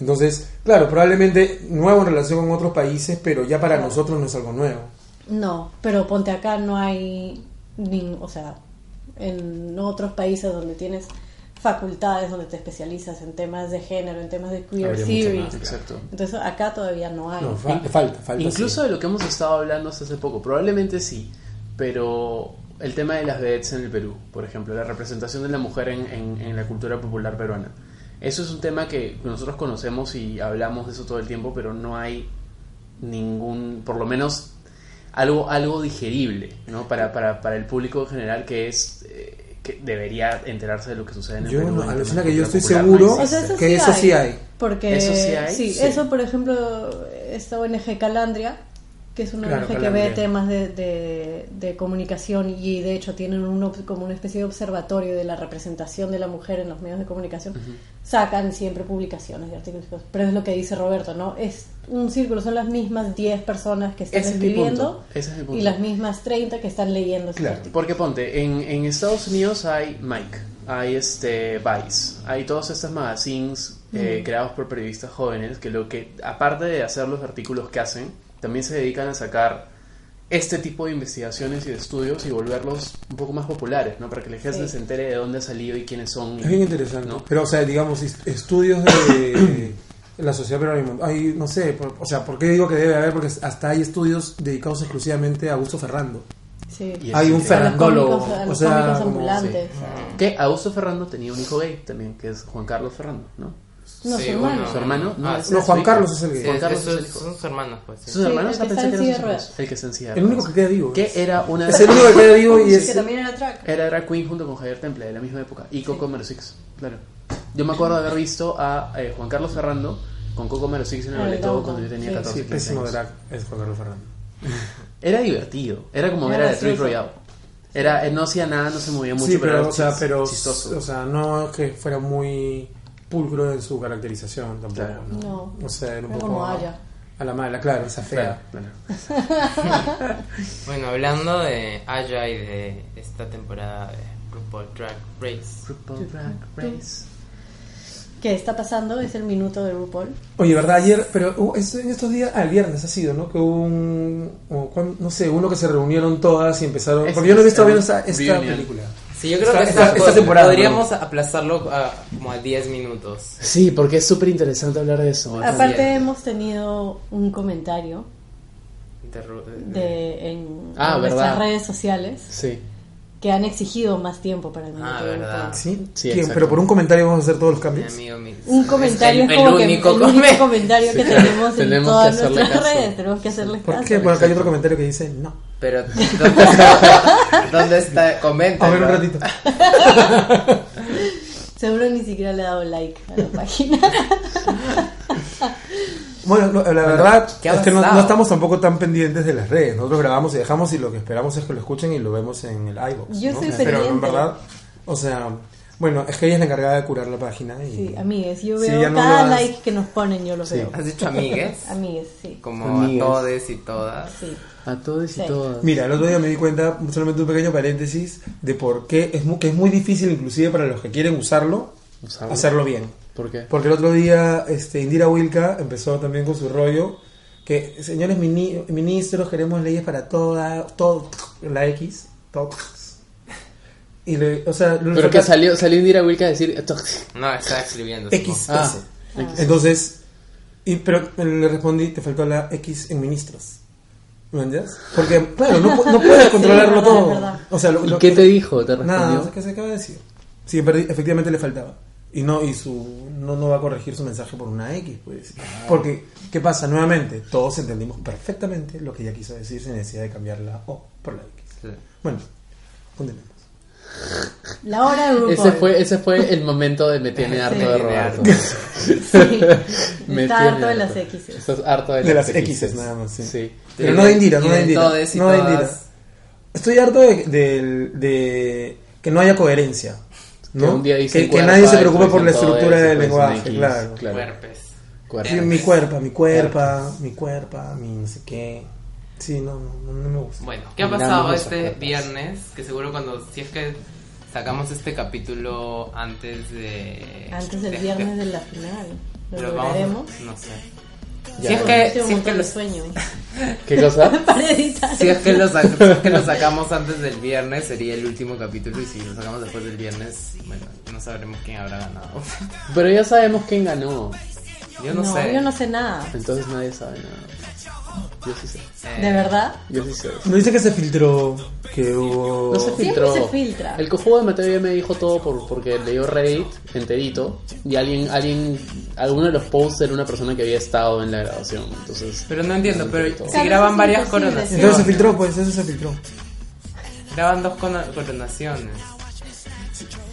Speaker 2: Entonces, claro, probablemente nuevo en relación con otros países, pero ya para nosotros no es algo nuevo.
Speaker 4: No, pero ponte acá no hay, nin- o sea, en otros países donde tienes facultades, donde te especializas en temas de género, en temas de queer
Speaker 1: Habría mucho
Speaker 4: theory.
Speaker 1: más, claro.
Speaker 3: Exacto.
Speaker 4: Entonces acá todavía no hay.
Speaker 2: No, fa- falta, falta.
Speaker 3: Incluso
Speaker 2: sí.
Speaker 3: de lo que hemos estado hablando hasta hace poco, probablemente sí, pero el tema de las vedettes en el Perú, por ejemplo, la representación de la mujer en, en- en la cultura popular peruana. Eso es un tema que nosotros conocemos y hablamos de eso todo el tiempo, pero no hay ningún, por lo menos algo, algo digerible ¿no? para, para, para el público en general que es... eh, que debería enterarse de lo que sucede en el
Speaker 2: Yo
Speaker 3: Perú.
Speaker 2: no,
Speaker 3: en temas
Speaker 2: alucina
Speaker 3: de
Speaker 2: que yo
Speaker 3: cultura
Speaker 2: estoy
Speaker 3: popular, no
Speaker 2: seguro-
Speaker 4: O
Speaker 3: existe.
Speaker 4: sea, eso
Speaker 2: Que
Speaker 4: sí
Speaker 2: eso
Speaker 4: hay,
Speaker 2: sí hay.
Speaker 4: Porque
Speaker 3: ¿Eso sí hay?
Speaker 4: sí,
Speaker 3: Sí.
Speaker 4: eso por ejemplo, esta ONG Calandria, que es una
Speaker 2: Claro,
Speaker 4: ONG que
Speaker 2: Calandria.
Speaker 4: ve temas de, de- de comunicación y de hecho tienen un ob- como una especie de observatorio de la representación de la mujer en los medios de comunicación, sacan siempre publicaciones de artículos. y cosas. Pero es lo que dice Roberto, ¿no? Es un círculo, son las mismas 10 personas que están
Speaker 3: Ese es mi
Speaker 4: escribiendo
Speaker 3: punto, ese es mi punto.
Speaker 4: y las mismas 30 que están leyendo esos
Speaker 2: Claro.
Speaker 4: artículos.
Speaker 3: Porque ponte, en, en Estados Unidos hay Mike, hay este Vice, hay todos estos magazines eh,
Speaker 4: Ujú.
Speaker 3: creados por periodistas jóvenes que lo que, aparte de hacer los artículos que hacen, también se dedican a sacar este tipo de investigaciones y de estudios y volverlos un poco más populares, ¿no? Para que la gente
Speaker 4: Sí.
Speaker 3: se entere de dónde ha salido y quiénes son. y-
Speaker 2: Es bien interesante.
Speaker 3: ¿no?
Speaker 2: Pero, o sea, digamos, est- estudios de la sociedad peruana y el mundo. Hay, no sé, por- o sea, ¿por qué digo que debe haber? Porque hasta hay estudios dedicados exclusivamente a Augusto Ferrando.
Speaker 4: Sí.
Speaker 3: Y es increíble.
Speaker 2: hay Ah, un
Speaker 4: A los
Speaker 2: Fernandólogo.
Speaker 4: cómicos- a
Speaker 2: O
Speaker 4: los
Speaker 2: sea,
Speaker 4: cómicos
Speaker 2: como-
Speaker 4: ambulantes.
Speaker 3: Que Augusto Ferrando tenía un hijo gay también, que es Juan Carlos Ferrando, ¿no?
Speaker 4: No,
Speaker 1: Sí,
Speaker 4: su hermano.
Speaker 1: uno-
Speaker 3: ¿Su hermano? No,
Speaker 1: Ah,
Speaker 3: es-
Speaker 1: sí,
Speaker 2: No,
Speaker 3: es
Speaker 2: Juan
Speaker 3: su hijo.
Speaker 2: Carlos es el
Speaker 1: es-
Speaker 2: que.
Speaker 3: Juan Carlos
Speaker 1: esos-
Speaker 3: es el hijo.
Speaker 1: son sus hermanos, pues. sí.
Speaker 3: ¿Sus
Speaker 4: Sí,
Speaker 3: hermanos?
Speaker 4: el
Speaker 3: Ah,
Speaker 4: que
Speaker 3: pensé
Speaker 4: está
Speaker 3: que
Speaker 4: en
Speaker 3: eran sus
Speaker 4: silla de
Speaker 3: hermanos.
Speaker 4: ruedas.
Speaker 3: El que está en silla de
Speaker 2: El único
Speaker 3: ruedas.
Speaker 2: que queda vivo.
Speaker 3: Que era una
Speaker 2: Es el único que queda vivo y
Speaker 4: Que
Speaker 2: es.
Speaker 4: también era track.
Speaker 3: Era drag queen junto con Javier Temple de la misma época y Coco Mero Six, claro. Yo me acuerdo de haber visto a eh, Juan Carlos Ferrando con Coco Mero Six en el
Speaker 4: Ah, el
Speaker 3: Baletobo
Speaker 4: Downtown.
Speaker 3: cuando yo tenía
Speaker 4: Sí.
Speaker 3: 14,
Speaker 2: Sí,
Speaker 3: 15
Speaker 2: pésimo
Speaker 3: años.
Speaker 2: drag es Juan Carlos Ferrando.
Speaker 3: Era divertido, era como ver
Speaker 4: Era
Speaker 3: a Detroit
Speaker 4: gracioso.
Speaker 3: Royale. Era, eh, no hacía nada, no se movía mucho,
Speaker 2: Sí, pero,
Speaker 3: era
Speaker 2: o sea,
Speaker 3: chis-
Speaker 2: pero.
Speaker 3: chistoso.
Speaker 2: O sea, no es que fuera muy pulcro en su caracterización
Speaker 3: Claro.
Speaker 2: tampoco.
Speaker 4: No.
Speaker 2: O sea, era un
Speaker 4: Era
Speaker 2: poco.
Speaker 4: como
Speaker 2: a-
Speaker 4: Aya.
Speaker 2: A la mala, claro, esa
Speaker 3: Claro,
Speaker 2: fea.
Speaker 3: claro.
Speaker 1: Bueno, hablando de Aya y de esta temporada de RuPaul Drag Race.
Speaker 3: RuPaul Drag Race.
Speaker 4: que está pasando es el minuto de RuPaul.
Speaker 2: Oye, ¿verdad? Ayer, pero hubo- es- en estos días, ah, el viernes ha sido, ¿no? Que hubo un, o cuán- no sé, uno que se reunieron todas y empezaron...
Speaker 3: Es-
Speaker 2: porque yo no he visto
Speaker 3: es-
Speaker 2: bien esta, esta
Speaker 3: reunion.
Speaker 2: película.
Speaker 1: Sí, yo creo
Speaker 2: Esta-
Speaker 1: que
Speaker 2: esta-
Speaker 1: esta-
Speaker 2: esta temporada,
Speaker 1: podríamos aplazarlo a, como a 10 minutos.
Speaker 3: Sí, porque es súper interesante hablar de eso.
Speaker 4: Aparte hemos tenido un comentario
Speaker 1: De Ru-
Speaker 4: de, en,
Speaker 3: Ah,
Speaker 4: en nuestras
Speaker 3: ¿verdad?
Speaker 4: redes sociales
Speaker 3: Sí.
Speaker 4: que han exigido más tiempo para el minuto
Speaker 1: Ah,
Speaker 4: de
Speaker 1: ¿verdad?
Speaker 4: RuPaul.
Speaker 2: ¿Sí?
Speaker 3: Sí,
Speaker 2: ¿Quién?
Speaker 3: exacto.
Speaker 2: Pero por un comentario vamos a hacer todos los
Speaker 1: mi
Speaker 2: cambios.
Speaker 1: amigo mi-
Speaker 4: Un comentario
Speaker 1: el,
Speaker 4: es como
Speaker 1: el
Speaker 4: que
Speaker 1: único
Speaker 4: el único
Speaker 1: come.
Speaker 4: comentario que
Speaker 3: claro.
Speaker 4: tenemos en
Speaker 3: Tenemos que
Speaker 4: todas
Speaker 3: hacerle
Speaker 4: nuestras
Speaker 3: caso.
Speaker 4: redes. Tenemos que hacerles
Speaker 2: ¿Por
Speaker 4: caso.
Speaker 2: qué? Porque acá hay otro comentario que dice no.
Speaker 1: Pero, ¿dónde está? ¿Dónde está? Comenta.
Speaker 2: A ver, un ratito.
Speaker 4: Seguro ni siquiera le ha dado like a la página.
Speaker 2: Bueno, no, la verdad
Speaker 1: qué
Speaker 2: es que no,
Speaker 1: avanzado.
Speaker 2: no estamos tampoco tan pendientes de las redes. Nosotros grabamos y dejamos y lo que esperamos es que lo escuchen y lo vemos en el iVoox.
Speaker 4: Yo
Speaker 2: ¿no?
Speaker 4: soy
Speaker 2: Pero en
Speaker 4: pendiente.
Speaker 2: verdad, o sea... Bueno, es que ella es la encargada de curar la página y...
Speaker 4: Sí, amigues, yo
Speaker 2: Sí,
Speaker 4: veo
Speaker 2: ya no
Speaker 4: cada
Speaker 2: lo das.
Speaker 4: like que nos ponen, yo lo
Speaker 2: Sí.
Speaker 4: veo.
Speaker 1: ¿Has dicho amigues?
Speaker 4: Amigues, sí.
Speaker 1: Como
Speaker 3: Amigues.
Speaker 1: a todes y todas.
Speaker 4: sí.
Speaker 3: A todos y
Speaker 4: Sí.
Speaker 3: todas.
Speaker 2: Mira, el otro día me di cuenta, solamente un pequeño paréntesis, de por qué es muy, que es muy difícil, inclusive para los que quieren usarlo,
Speaker 3: Usarlo.
Speaker 2: hacerlo bien.
Speaker 3: ¿Por qué?
Speaker 2: Porque el otro día este, Indira Wilka empezó también con su rollo que, señores mini- ministros, queremos leyes para toda, todo, la X, todo. Y le- o sea, lo-
Speaker 3: Pero que salió, salió Indira Wilka a decir.
Speaker 1: No, estaba escribiendo.
Speaker 2: X,
Speaker 3: Ah,
Speaker 2: S. Entonces, y, pero le respondí, te faltó la X en ministros. ¿Me entiendes? Porque, claro, no, pu- no puedes controlarlo
Speaker 4: es verdad, es
Speaker 2: todo.
Speaker 4: verdad.
Speaker 2: O sea, lo-
Speaker 3: ¿Y
Speaker 2: lo
Speaker 3: qué
Speaker 2: que-
Speaker 3: te dijo? ¿Te
Speaker 2: Nada,
Speaker 3: respondió?
Speaker 2: ¿qué se acaba de decir? Sí, en verdad, efectivamente le faltaba. Y no, y su, no, no va a corregir su mensaje por una X, pues.
Speaker 3: Ah.
Speaker 2: Porque, ¿qué pasa? Nuevamente, todos entendimos perfectamente lo que ella quiso decir sin necesidad de cambiar la O por la X. Bueno, continuemos.
Speaker 4: La hora de RuPaul.
Speaker 3: Ese fue, ese fue el momento de me tiene harto
Speaker 4: Sí.
Speaker 3: de
Speaker 1: Me tiene
Speaker 3: Roberto.
Speaker 1: harto.
Speaker 4: Sí. Está harto
Speaker 3: tiene
Speaker 4: de las
Speaker 3: harto.
Speaker 4: X.
Speaker 3: Estás harto de,
Speaker 2: De
Speaker 3: las
Speaker 2: las
Speaker 3: X.
Speaker 2: Xs nada más, sí.
Speaker 3: sí.
Speaker 2: Pero no de Indira, no de
Speaker 1: Tienen
Speaker 2: Indira.
Speaker 1: todes y
Speaker 2: No de
Speaker 1: todas.
Speaker 2: Indira. Estoy harto de, del- de que no haya coherencia. ¿no?
Speaker 3: Que un día dicen
Speaker 2: Que- que
Speaker 3: cuerpa,
Speaker 2: nadie se
Speaker 3: después
Speaker 2: preocupe por la
Speaker 3: dicen todo,
Speaker 2: estructura del
Speaker 3: después dicen
Speaker 2: lenguaje,
Speaker 3: X,
Speaker 2: claro.
Speaker 1: Cuerpes.
Speaker 3: Cuerpo.
Speaker 2: Sí, mi cuerpo, mi cuerpo, mi cuerpo, mi no sé qué. Sí, no, no, no, no me gusta.
Speaker 1: Bueno, ¿qué ha
Speaker 3: Miramos
Speaker 1: pasado
Speaker 3: los
Speaker 1: este
Speaker 3: aspectos.
Speaker 1: viernes? Que seguro cuando, si es que sacamos este capítulo antes de...
Speaker 4: Antes del
Speaker 1: de-
Speaker 4: viernes de la final. Lo
Speaker 1: pero Este, vamos Eh, a-
Speaker 4: lograremos.
Speaker 1: No sé.
Speaker 3: Ya.
Speaker 1: Si es
Speaker 4: Tengo
Speaker 1: que,
Speaker 4: un
Speaker 1: si es que
Speaker 4: montón de
Speaker 1: lo,
Speaker 4: sueño.
Speaker 3: ¿Qué cosa?
Speaker 4: Para editar.
Speaker 1: si es que lo sac- si es que lo sacamos antes del viernes sería el último capítulo y si lo sacamos después del viernes, bueno, no sabremos quién habrá ganado.
Speaker 3: Pero ya sabemos quién ganó.
Speaker 1: Yo no, sé.
Speaker 4: yo no sé nada.
Speaker 3: Entonces nadie sabe nada. Yo sí sé.
Speaker 1: Eh,
Speaker 4: ¿De verdad?
Speaker 3: Yo sí sé.
Speaker 2: No dice que se filtró, que hubo...
Speaker 3: No se
Speaker 4: Siempre
Speaker 3: filtró.
Speaker 4: se filtra.
Speaker 3: El cojudo de Mateo ya me dijo todo por, porque leyó Reddit enterito y alguien, alguien, alguno de los posts era una persona que había estado en la grabación. Entonces,
Speaker 1: Pero no entiendo, pero
Speaker 3: Claro,
Speaker 1: si
Speaker 4: eso
Speaker 1: graban
Speaker 4: es
Speaker 1: varias
Speaker 4: imposible.
Speaker 2: Entonces se
Speaker 1: coronaciones,
Speaker 2: filtró, pues, eso se filtró.
Speaker 1: graban dos cono- coronaciones.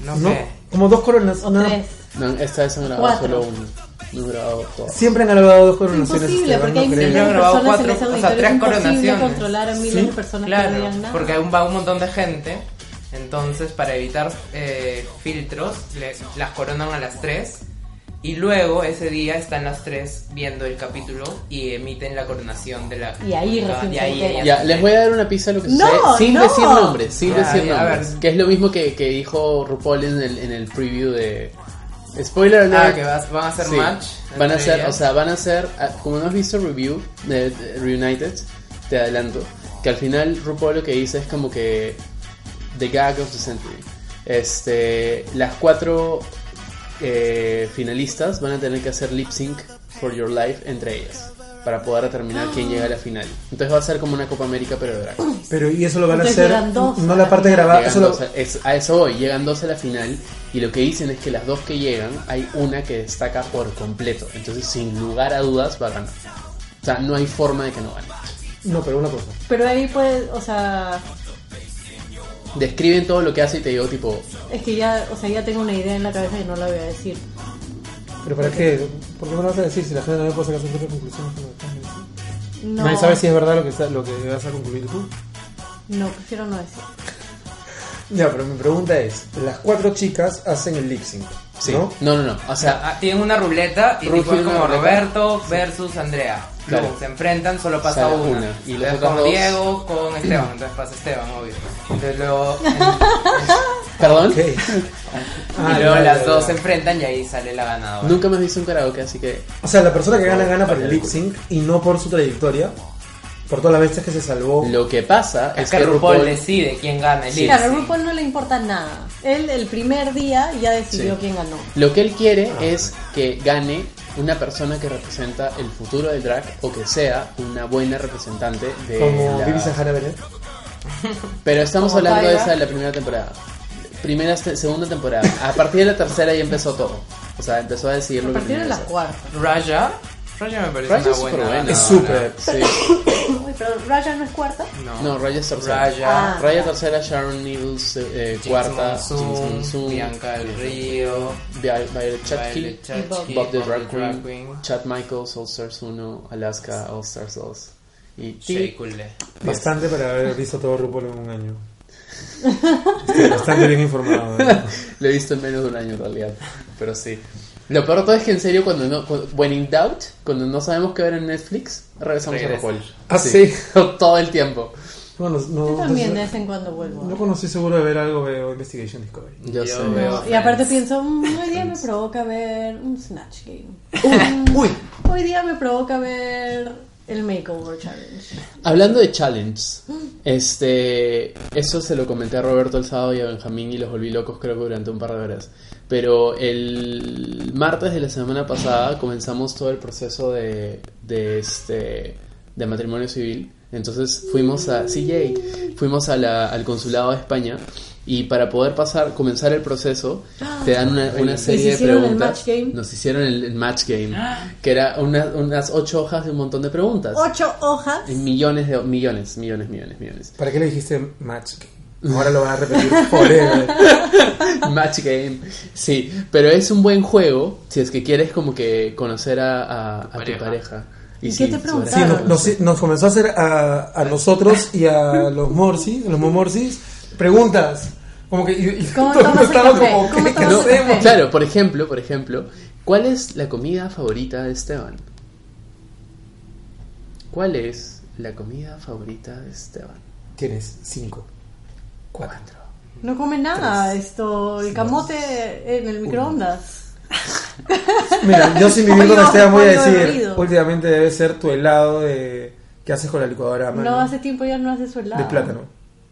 Speaker 1: No,
Speaker 2: ¿No?
Speaker 1: sé.
Speaker 2: Como dos coronas, ¿o no?
Speaker 4: Tres.
Speaker 3: no, esta vez han grabado
Speaker 4: Cuatro.
Speaker 3: solo uno. No han grabado todas.
Speaker 2: Siempre han grabado dos coronaciones.
Speaker 4: Imposible,
Speaker 2: Esteban,
Speaker 4: porque hay
Speaker 2: no
Speaker 4: miles de
Speaker 2: creo.
Speaker 1: Yo he
Speaker 4: personas
Speaker 1: grabado
Speaker 4: en
Speaker 1: cuatro,
Speaker 4: ese
Speaker 1: o sea,
Speaker 4: auditorio.
Speaker 1: tres
Speaker 4: es imposible
Speaker 1: coronaciones.
Speaker 4: controlar a miles
Speaker 2: Sí,
Speaker 4: de personas que no
Speaker 1: Claro,
Speaker 4: digan nada.
Speaker 1: porque va un montón de gente. Entonces, para evitar eh, filtros, le- las coronan a las 3. Y luego, ese día, están las 3 viendo el capítulo y emiten la coronación de la.
Speaker 4: Y ahí
Speaker 1: la-
Speaker 4: recién
Speaker 1: y
Speaker 4: se
Speaker 1: ahí
Speaker 4: enteran.
Speaker 1: ellas-
Speaker 3: Ya, les voy a dar una pista de lo que
Speaker 4: No,
Speaker 3: sucede sin
Speaker 4: no.
Speaker 3: decir nombres, sin
Speaker 1: Ya,
Speaker 3: decir
Speaker 1: ya, a
Speaker 3: nombres.
Speaker 1: ver.
Speaker 3: Que es lo mismo que, que dijo RuPaul en el, en el preview de... Spoiler alert.
Speaker 1: Ah, que vas- van a hacer
Speaker 3: Sí.
Speaker 1: match.
Speaker 3: Van a
Speaker 1: entre
Speaker 3: hacer, o
Speaker 1: ellas.
Speaker 3: sea, van a hacer, ah, como no has visto Review de de Reunited, te adelanto, que al final RuPaul lo que dice es como que The Gag of the Century. Este, las cuatro eh, finalistas van a tener que hacer lip sync for your life entre ellas para poder determinar quién llega a la final. Entonces va a ser como una Copa América pero de drag.
Speaker 2: Pero, y eso lo van a
Speaker 4: Entonces
Speaker 2: hacer,
Speaker 4: llegan dos
Speaker 2: no
Speaker 4: a
Speaker 2: la
Speaker 4: la
Speaker 2: parte
Speaker 4: final.
Speaker 2: grabada,
Speaker 3: Llegan
Speaker 2: eso lo-
Speaker 3: dos a, es- a eso voy, llegan dos a la final y lo que dicen es que las dos que llegan hay una que destaca por completo. Entonces, sin lugar a dudas, va a ganar. O sea, no hay forma de que no gane.
Speaker 2: No, pero una cosa.
Speaker 4: Pero ahí pues, o sea,
Speaker 3: Describen todo lo que hace y te digo, tipo,
Speaker 4: es que ya, o sea, ya tengo una idea en la cabeza y no la voy a decir.
Speaker 2: ¿Pero para qué? ¿Por qué no lo vas a decir si la gente no puede sacar sus propias conclusiones?
Speaker 4: No,
Speaker 2: Nadie sabe si es verdad lo que, está- lo que vas a concluir tú.
Speaker 4: No, prefiero no decir.
Speaker 2: Ya, pero mi pregunta es, las cuatro chicas hacen el lip sync,
Speaker 3: sí.
Speaker 2: ¿no?
Speaker 3: ¿No? no, no, O sea,
Speaker 1: Ah, tienen una ruleta y
Speaker 3: Rugir
Speaker 1: tipo, es
Speaker 3: una
Speaker 1: como
Speaker 3: ruleta.
Speaker 1: Roberto versus Andrea.
Speaker 3: Claro.
Speaker 1: Luego se enfrentan, solo pasa
Speaker 3: Sale
Speaker 1: una.
Speaker 3: una. Y
Speaker 1: Y
Speaker 3: los
Speaker 1: luego
Speaker 3: otros
Speaker 1: con
Speaker 3: dos-
Speaker 1: Diego, con Esteban. Entonces pasa Esteban, obvio. Entonces luego,
Speaker 3: perdón.
Speaker 2: Ok. Ah,
Speaker 1: y luego
Speaker 2: ya,
Speaker 1: las
Speaker 2: ya,
Speaker 1: dos se
Speaker 2: ya.
Speaker 1: enfrentan y ahí sale la ganadora.
Speaker 3: Nunca me has visto un karaoke, así que
Speaker 2: O sea, la persona que gana gana por el lip sync y no por su trayectoria, por todas las veces que se salvó.
Speaker 3: lo que pasa es,
Speaker 1: Es que RuPaul, decide quién gana el lip
Speaker 4: Claro, a
Speaker 1: sync.
Speaker 4: RuPaul no le importa nada. Él el primer día ya decidió
Speaker 3: Sí.
Speaker 4: quién ganó.
Speaker 3: Lo que él quiere
Speaker 2: Ah.
Speaker 3: es que gane una persona que representa el futuro del drag o que sea una buena representante de
Speaker 2: Como
Speaker 3: la-
Speaker 2: Vivi Sahara Benet.
Speaker 3: Pero estamos
Speaker 4: Como
Speaker 3: hablando de
Speaker 4: Tyra.
Speaker 3: esa de la primera temporada. Primera, se- segunda temporada. A partir de la tercera ya empezó todo. O sea, empezó a decidir
Speaker 4: A
Speaker 3: lo que
Speaker 4: partir
Speaker 3: tenía
Speaker 4: de
Speaker 3: que
Speaker 4: la
Speaker 3: hacer.
Speaker 4: cuarta.
Speaker 1: Raya. Raya me parece
Speaker 3: Raya
Speaker 1: una
Speaker 3: es súper
Speaker 1: buena.
Speaker 3: buena.
Speaker 1: ganadora.
Speaker 2: Es súper.
Speaker 3: Sí.
Speaker 4: Uy, pero Raya no es cuarta.
Speaker 1: No.
Speaker 3: No, Raya es tercera.
Speaker 1: Raya.
Speaker 4: Ah.
Speaker 3: Raya tercera, Sharon Needles eh,
Speaker 1: Jinx
Speaker 3: cuarta,
Speaker 1: Monsoon,
Speaker 3: Jinx Monsoon,
Speaker 1: Bianca del Río.
Speaker 3: Vi- Violet Chachki,
Speaker 1: Violet Chachki,
Speaker 3: Bob the Drag Queen, Chad Michaels, All Stars 1, Alaska, All Stars 2 y
Speaker 1: Shea Coulee.
Speaker 2: Bastante para haber visto todo RuPaul en un año. Estoy bastante bien informado. ¿eh?
Speaker 3: Lo he visto en menos de un año en realidad, pero sí. Lo peor de todo es que en serio cuando no, cu- when in doubt, cuando no sabemos qué ver en Netflix, regresamos
Speaker 1: Regresa.
Speaker 3: a RuPaul.
Speaker 2: Ah,
Speaker 3: Sí. todo el tiempo.
Speaker 2: No, no, no,
Speaker 4: Yo también eh. de
Speaker 2: no,
Speaker 4: vez en cuando vuelvo.
Speaker 2: no cuando estoy seguro de ver algo veo Investigation Discovery.
Speaker 3: Yo
Speaker 1: Yo
Speaker 3: sé.
Speaker 4: No,
Speaker 1: veo
Speaker 4: y aparte
Speaker 1: Friends.
Speaker 4: pienso, "Mm, hoy día me provoca ver un Snatch Game. Mm,
Speaker 2: uy.
Speaker 4: Hoy día me provoca ver el Makeover Challenge.
Speaker 3: Hablando de challenge, este, eso se lo comenté a Roberto el sábado y a Benjamín y los volví locos creo que durante un par de horas. Pero el martes de la semana pasada comenzamos todo el proceso de, de este, de matrimonio civil. Entonces fuimos a, sí, yay, fuimos a la- al consulado de España y para poder pasar, comenzar el proceso, te dan una, una serie de
Speaker 4: hicieron el
Speaker 3: preguntas.
Speaker 4: match game?
Speaker 3: Nos hicieron el, el match game, que era una- unas ocho hojas de un montón de preguntas.
Speaker 4: Ocho hojas.
Speaker 3: En Millones de millones, millones, millones, millones.
Speaker 2: ¿Para qué le dijiste match? Ahora lo van a repetir forever.
Speaker 3: Match game. Sí, pero es un buen juego si es que quieres como que conocer a, a- a tu
Speaker 1: Pareja.
Speaker 3: pareja.
Speaker 4: ¿Y
Speaker 3: sí,
Speaker 4: qué te
Speaker 3: sobre-
Speaker 2: Sí,
Speaker 4: preguntaron?
Speaker 2: no- nos, nos comenzó a hacer a, a nosotros y a los Morsis, los Momorsis, preguntas. Como que y- y
Speaker 4: ¿Cómo
Speaker 2: todo el mundo
Speaker 4: tomas el
Speaker 2: estaba
Speaker 4: café?
Speaker 2: como,
Speaker 4: ¿Cómo
Speaker 2: ¿qué- qué
Speaker 4: tomas el
Speaker 2: hacemos?
Speaker 4: café?
Speaker 3: Claro, por ejemplo, por ejemplo, ¿cuál es la comida favorita de Esteban? ¿Cuál es la comida favorita de Esteban?
Speaker 2: Tienes cinco.
Speaker 3: Cuatro.
Speaker 4: No come nada esto, el camote en el microondas.
Speaker 2: Mira, yo sin vivir con
Speaker 4: Pollo-
Speaker 2: Esteban voy a
Speaker 4: pollo
Speaker 2: decir,
Speaker 4: hervido.
Speaker 2: últimamente debe ser tu helado de que haces con la licuadora a mano,
Speaker 4: No hace tiempo ya no hace su helado.
Speaker 2: de plátano